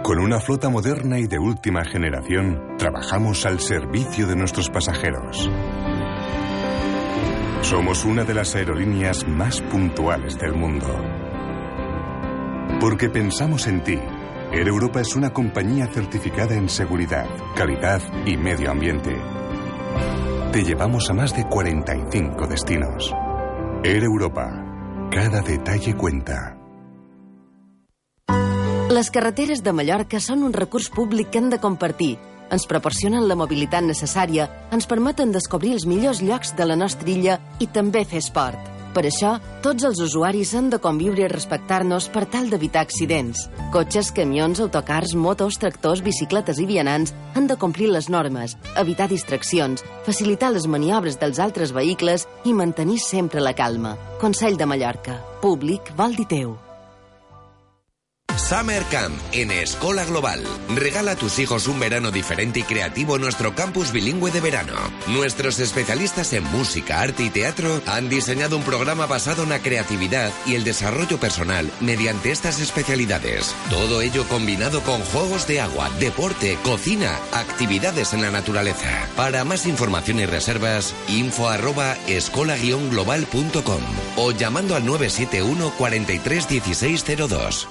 Con una flota moderna y de última generación, trabajamos al servicio de nuestros pasajeros. Somos una de las aerolíneas más puntuales del mundo. Porque pensamos en ti. Air Europa es una compañía certificada en seguridad, calidad y medio ambiente. Te llevamos a más de 45 destinos. Air Europa. Cada detalle cuenta. Les carreteres de Mallorca són un recurs públic que hem de compartir. Ens proporcionen la mobilitat necessària, ens permeten descobrir els millors llocs de la nostra illa i també fer esport. Per això, tots els usuaris han de conviure i respectar-nos per tal d'evitar accidents. Cotxes, camions, autocars, motos, tractors, bicicletes i vianants han de complir les normes, evitar distraccions, facilitar les maniobres dels altres vehicles i mantenir sempre la calma. Consell de Mallorca. Públic vol dir teu. Summer Camp en Escola Global. Regala a tus hijos un verano diferente y creativo en nuestro campus bilingüe de verano. Nuestros especialistas en música, arte y teatro han diseñado un programa basado en la creatividad y el desarrollo personal mediante estas especialidades. Todo ello combinado con juegos de agua, deporte, cocina, actividades en la naturaleza. Para más información y reservas, info arroba escola-global.com o llamando al 971 43 1602.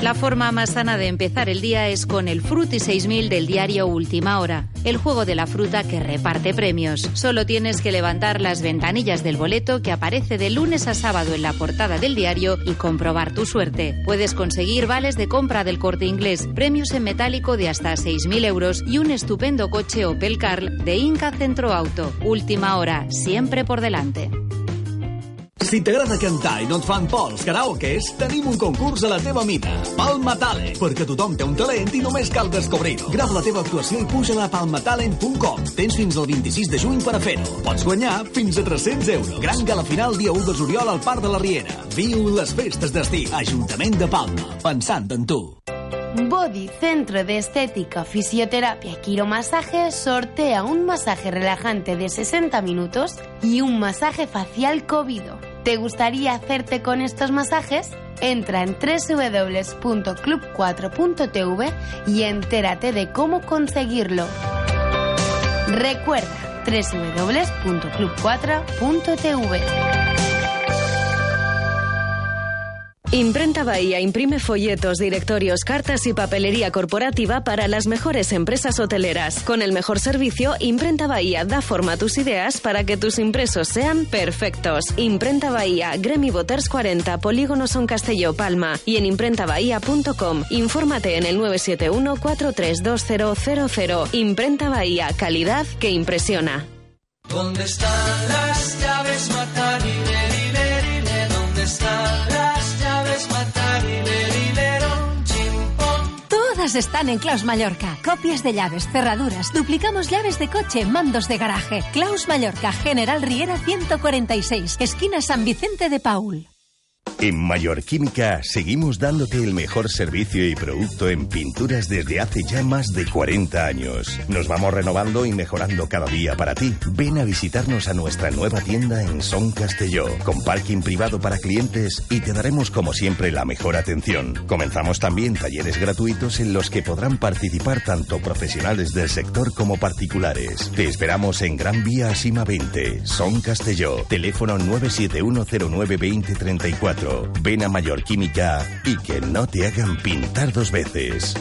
La forma más sana de empezar el día es con el Fruti 6000 del diario Última Hora, el juego de la fruta que reparte premios. Solo tienes que levantar las ventanillas del boleto que aparece de lunes a sábado en la portada del diario y comprobar tu suerte. Puedes conseguir vales de compra del corte inglés, premios en metálico de hasta 6.000 euros y un estupendo coche Opel Carl de Inca Centro Auto. Última Hora, siempre por delante. Si t'agrada cantar i no et fan por els karaokes, tenim un concurs a la teva mida. Palma Talent, perquè tothom té un talent i només cal descobrir-ho. Grava la teva actuació i puja-la a palmatalent.com. Tens fins al 26 de juny per a fer-ho. Pots guanyar fins a 300 euros. Gran gala final dia 1 de juliol al Parc de la Riera. Viu les festes d'estiu. Ajuntament de Palma. Pensant en tu. Body Centro de Estética, Fisioterapia y Quiromasaje sortea un masaje relajante de 60 minutos y un masaje facial COVID. ¿Te gustaría hacerte con estos masajes? Entra en www.club4.tv y entérate de cómo conseguirlo. Recuerda www.club4.tv. Imprenta Bahía imprime folletos, directorios, cartas y papelería corporativa para las mejores empresas hoteleras. Con el mejor servicio, Imprenta Bahía da forma a tus ideas para que tus impresos sean perfectos. Imprenta Bahía, Gremi Voters 40, Polígono Son Castelló, Palma y en imprentabahía.com. Infórmate en el 971-432000. Imprenta Bahía, calidad que impresiona. ¿Dónde están las llaves Matarine, dile, dile? ¿Dónde están las llaves Matarine, dile, don chimpón? Todas están en Klaus Mallorca. Copias de llaves, cerraduras, duplicamos llaves de coche, mandos de garaje. Klaus Mallorca, General Riera 146, esquina San Vicente de Paul. En Mayor Química seguimos dándote el mejor servicio y producto en pinturas desde hace ya más de 40 años. Nos vamos renovando y mejorando cada día para ti. Ven a visitarnos a nuestra nueva tienda en Son Castelló, con parking privado para clientes y te daremos como siempre la mejor atención. Comenzamos también talleres gratuitos en los que podrán participar tanto profesionales del sector como particulares. Te esperamos en Gran Vía Asima 20, Son Castelló. Teléfono 971092034. Ven a Mayor Química y que no te hagan pintar dos veces.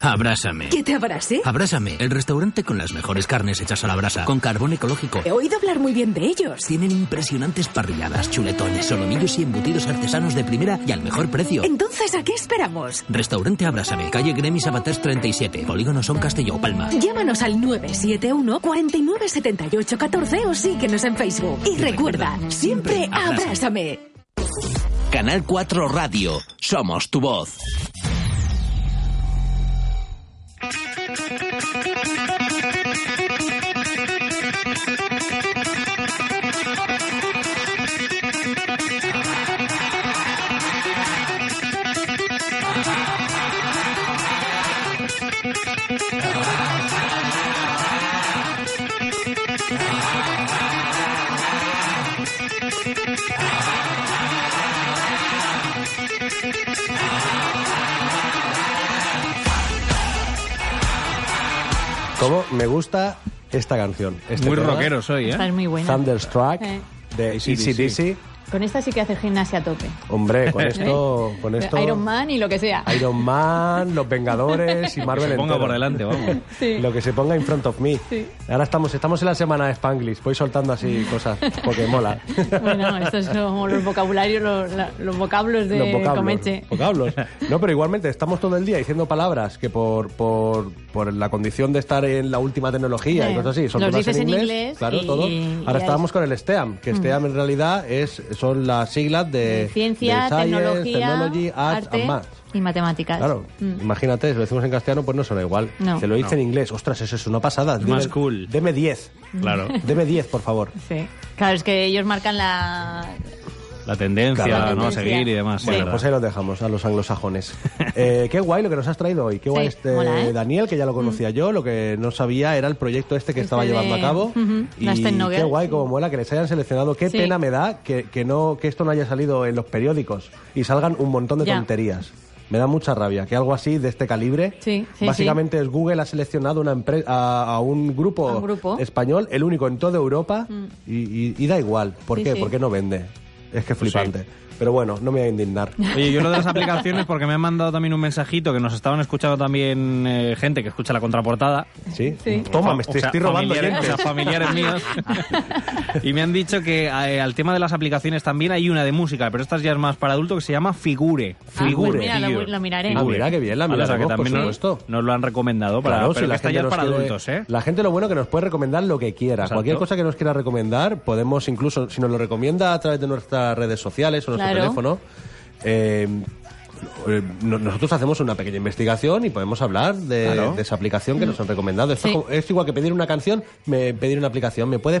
Abrázame. ¿Que te abrase? Abrázame, el restaurante con las mejores carnes hechas a la brasa, con carbón ecológico. He oído hablar muy bien de ellos. Tienen impresionantes parrilladas, chuletones, solomillos y embutidos artesanos de primera y al mejor precio. Entonces, ¿a qué esperamos? Restaurante Abrázame, calle Gremis Abates 37, Polígono Son Castelló, Palma. Llámanos al 971 49 78 14 o síguenos en Facebook. Y recuerda, siempre abrázame. Canal 4 Radio, somos tu voz. Thank you. ¿Cómo me gusta esta canción? este Muy tema. rockero soy, ¿eh? Esta es muy buena. Thunderstruck Eh. de Easy Easy Dizzy. Con esta sí que hace gimnasia a tope. Hombre, con esto, con esto. Iron Man y lo que sea. Iron Man, los Vengadores y Marvel. se ponga entero. por delante, vamos. Sí. Lo que se ponga in front of me. Sí. Ahora estamos, estamos en la semana de Spanglish. Voy soltando así cosas porque mola. Bueno, estos son como los vocabularios, los, la- los vocablos de Los vocablos. Comeche. vocablos. No, pero igualmente estamos todo el día diciendo palabras que por, por, por la condición de estar en la última tecnología y Sí. cosas así, son Los todas dices en en inglés. inglés claro, y- todo. y ya Ahora Mm. estábamos con el STEAM, que STEAM en realidad es, son las siglas de Ciencia, de Science, tecnología, Technology, Arts arte and Maths. y matemáticas. Claro, Mm. imagínate, si lo decimos en castellano, pues no suena igual. No. Se lo dice No. en inglés, ostras, eso es una pasada. Deme- más cool. Deme 10. Claro. Deme 10, por favor. Sí. Claro, es que ellos marcan la... La tendencia, Claro. ¿no? A seguir y demás. Bueno, sí. pues ahí los dejamos, a los anglosajones. Eh, qué guay lo que nos has traído hoy. Qué guay Sí, este mola, ¿eh? Daniel, que ya lo conocía yo. Lo que no sabía era el proyecto este que estaba de- llevando a cabo. Ujú, las Y Tecnogirls, qué guay, como mola que les hayan seleccionado. Qué Sí. pena me da que, que no, que esto no haya salido en los periódicos y salgan un montón de Ya. tonterías. Me da mucha rabia que algo así de este calibre. Sí, sí, Básicamente es Google ha seleccionado una empre- a, a un grupo, A un grupo. español, el único en toda Europa, Mm. y, y- y da igual. ¿Por Sí, qué? sí. Porque no vende. Es que es flipante. Pero bueno, no me voy a indignar. Oye, yo lo de las aplicaciones, porque me han mandado también un mensajito que nos estaban escuchando también eh, gente que escucha la contraportada. Sí. Sí. Toma, me estoy, O sea, estoy robando familiares- oyentes. o sea, familiares míos. y me han dicho que eh, al tema de las aplicaciones también hay una de música, pero esta ya es más para adulto que se llama Figure. pues Figure. mira, lo- tío. lo miraré. Ah, mira, qué bien, la Vale, o sea, miraremos, que por también nos- supuesto. Nos, lo han recomendado para Claro, pero que la esta gente ya es nos para quiere- adultos, ¿eh? La gente lo bueno que nos puede recomendar lo que quiera. Exacto. Cualquier cosa que nos quiera recomendar, podemos incluso, si nos lo recomienda a través de nuestras redes sociales o nuestro Claro. teléfono, eh, eh, no- nosotros hacemos una pequeña investigación y podemos hablar de, Claro. de esa aplicación que nos han recomendado. Sí. Esto es, como- es igual que pedir una canción, me, pedir una aplicación. ¿Me puedes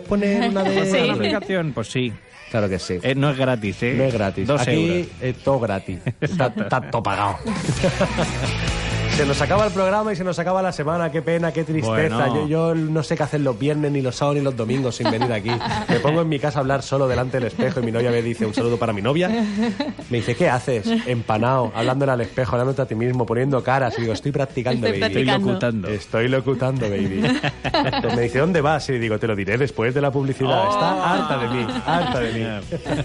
poner una de ¿Puedes poner la una aplicación? Pues sí. Claro que sí. Eh, no es gratis, ¿eh? No es gratis. Dos Aquí euros. es todo gratis. Está, está todo pagado. se nos acaba el programa y se nos acaba la semana. Qué pena, qué tristeza. Bueno. Yo, yo no sé qué hacer los viernes, ni los sábados, ni los domingos sin venir aquí. Me pongo en mi casa a hablar solo delante del espejo y mi novia me dice un saludo para mi novia. Me dice, ¿qué haces? Empanado, hablándole al espejo, hablándote a ti mismo, poniendo caras. Y digo, estoy practicando, Estoy baby. practicando. Estoy locutando. Estoy locutando, baby. Entonces me dice, ¿dónde vas? Y digo, te lo diré después de la publicidad. Está harta de mí, Oh. harta de mí.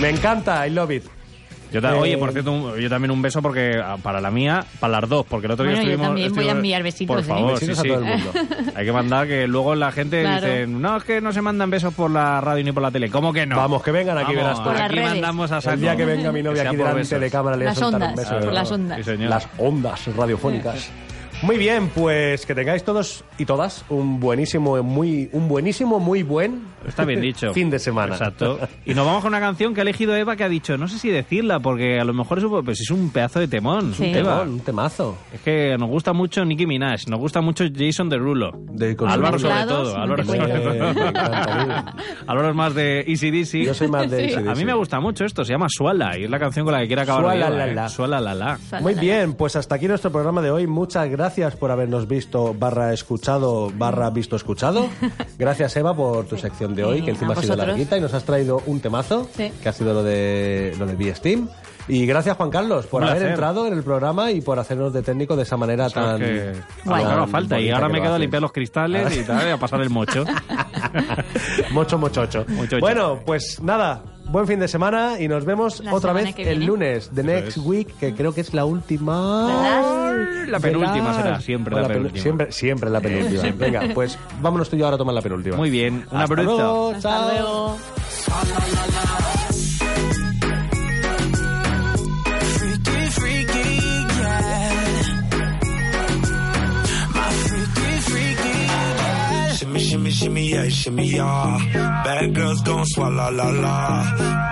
Me encanta, I love it. Yo ta- Eh, oye, por cierto, un- yo también un beso porque ah, para la mía, para las dos, porque el otro día Bueno, yo estuvimos... también voy a estuvimos- enviar besitos, Por ¿eh? favor, Besitos sí, a sí. todo el mundo. Hay que mandar que luego la gente Claro. dice, no, es que no se mandan besos por la radio ni por la tele. ¿Cómo que no? Vamos, que vengan aquí, verás tú. Por Por las aquí redes. mandamos a saco. El día que venga mi novia sea aquí por delante besos. de cámara le voy a Las soltar ondas, un beso. por las ondas. Sí, señor. Las ondas radiofónicas. Muy bien, pues que tengáis todos y todas un buenísimo, muy, un buenísimo, muy buen Está bien dicho. fin de semana. Exacto. Y nos vamos con una canción que ha elegido Eva que ha dicho, no sé si decirla, porque a lo mejor es un, pues es un pedazo de temón. Sí. Eva. Un temazo. Es que nos gusta mucho Nicki Minaj, nos gusta mucho Jason Derulo. De- con Álvaro sus sobre teclados, todo. no Álvaro, te sobre cuento. todo. Eh, me encanta, Álvaro es más de E Easy Dizzy. Yo soy más de E Sí. AC/DC. A mí me gusta mucho esto, se llama Suala y es la canción con la que quiere acabar hoy, Suala Eva, la ¿eh? la. Suala la la. Muy bien, pues hasta aquí nuestro programa de hoy. Muchas gracias por habernos visto, barra escuchado, barra visto escuchado. Gracias, Eva, por tu sección de hoy, Sí, que encima a ha sido vosotros. larguita y nos has traído un temazo, Sí. que ha sido lo de lo de Steam. Y gracias, Juan Carlos, por Un haber placer. entrado en el programa y por hacernos de técnico de esa manera tan. que a tan lo que haga falta y bonita ahora que me lo quedo a haces. limpiar los cristales y tal, y a pasar el mocho. Mocho, mochocho. Mochocho. Bueno, pues nada, buen fin de semana y nos vemos La otra semana vez que el viene. lunes, The Next es. Week, que creo que es la última. ¿Verdad? La penúltima ¿Verdad? será, siempre O la penu- penúltima. Eh, Siempre, siempre la penúltima. Venga, pues vámonos tú y yo ahora a tomar la penúltima. Muy bien, una Hasta bruta. luego, chao. Hasta luego. freaky, freaky, yeah. My freaky, freaky, yeah. Shimmy, shimmy, shimmy, yeah, shimmy, yeah. Bad girls gon' swallow la la.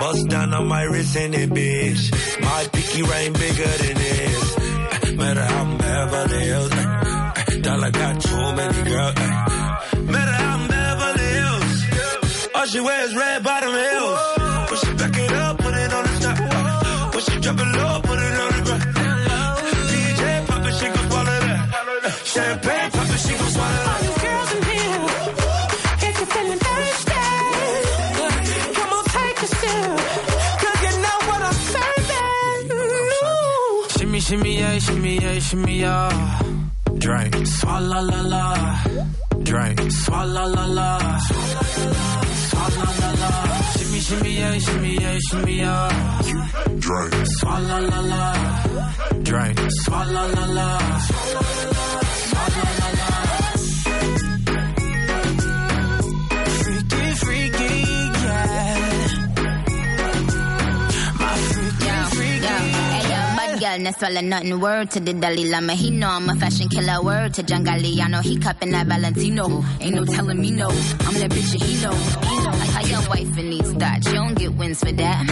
Bust down on my wrist and it, bitch. My pinky ring bigger than this. Eh, Matter how I'm Beverly Hills. eh, eh, Dollar got too many girls. eh. Matter how I'm Beverly Hills. All she wears red bottom heels. When she back it up, put it on the top. When she drop it low, put it on the ground. DJ pop it, she gon' swallow that. Champagne pop it, she gon' swallow that. All you girls in here, if you're feeling thirsty, come on, take a shimmy, yeah, shimmy, yeah, shimmy, yeah. Drink. Swalla la la. Drink. Swalla la la. Swalla la la. Shimmy, shimmy, yeah, shimmy, yeah, shimmy, yeah. Drink. Swalla la la. Drink. Swalla la la. Swalla la la. Freaky, freaky, yeah. My freaky, freaky. Bad girl, not swallow nothing. Word to the Dalai Lama, he know I'm a fashion killer. Word to Jangali, I know he cupping that Valentino. Ain't no telling me no. I'm that bitch that he know. I got young wife in these thoughts. You don't get wins for that.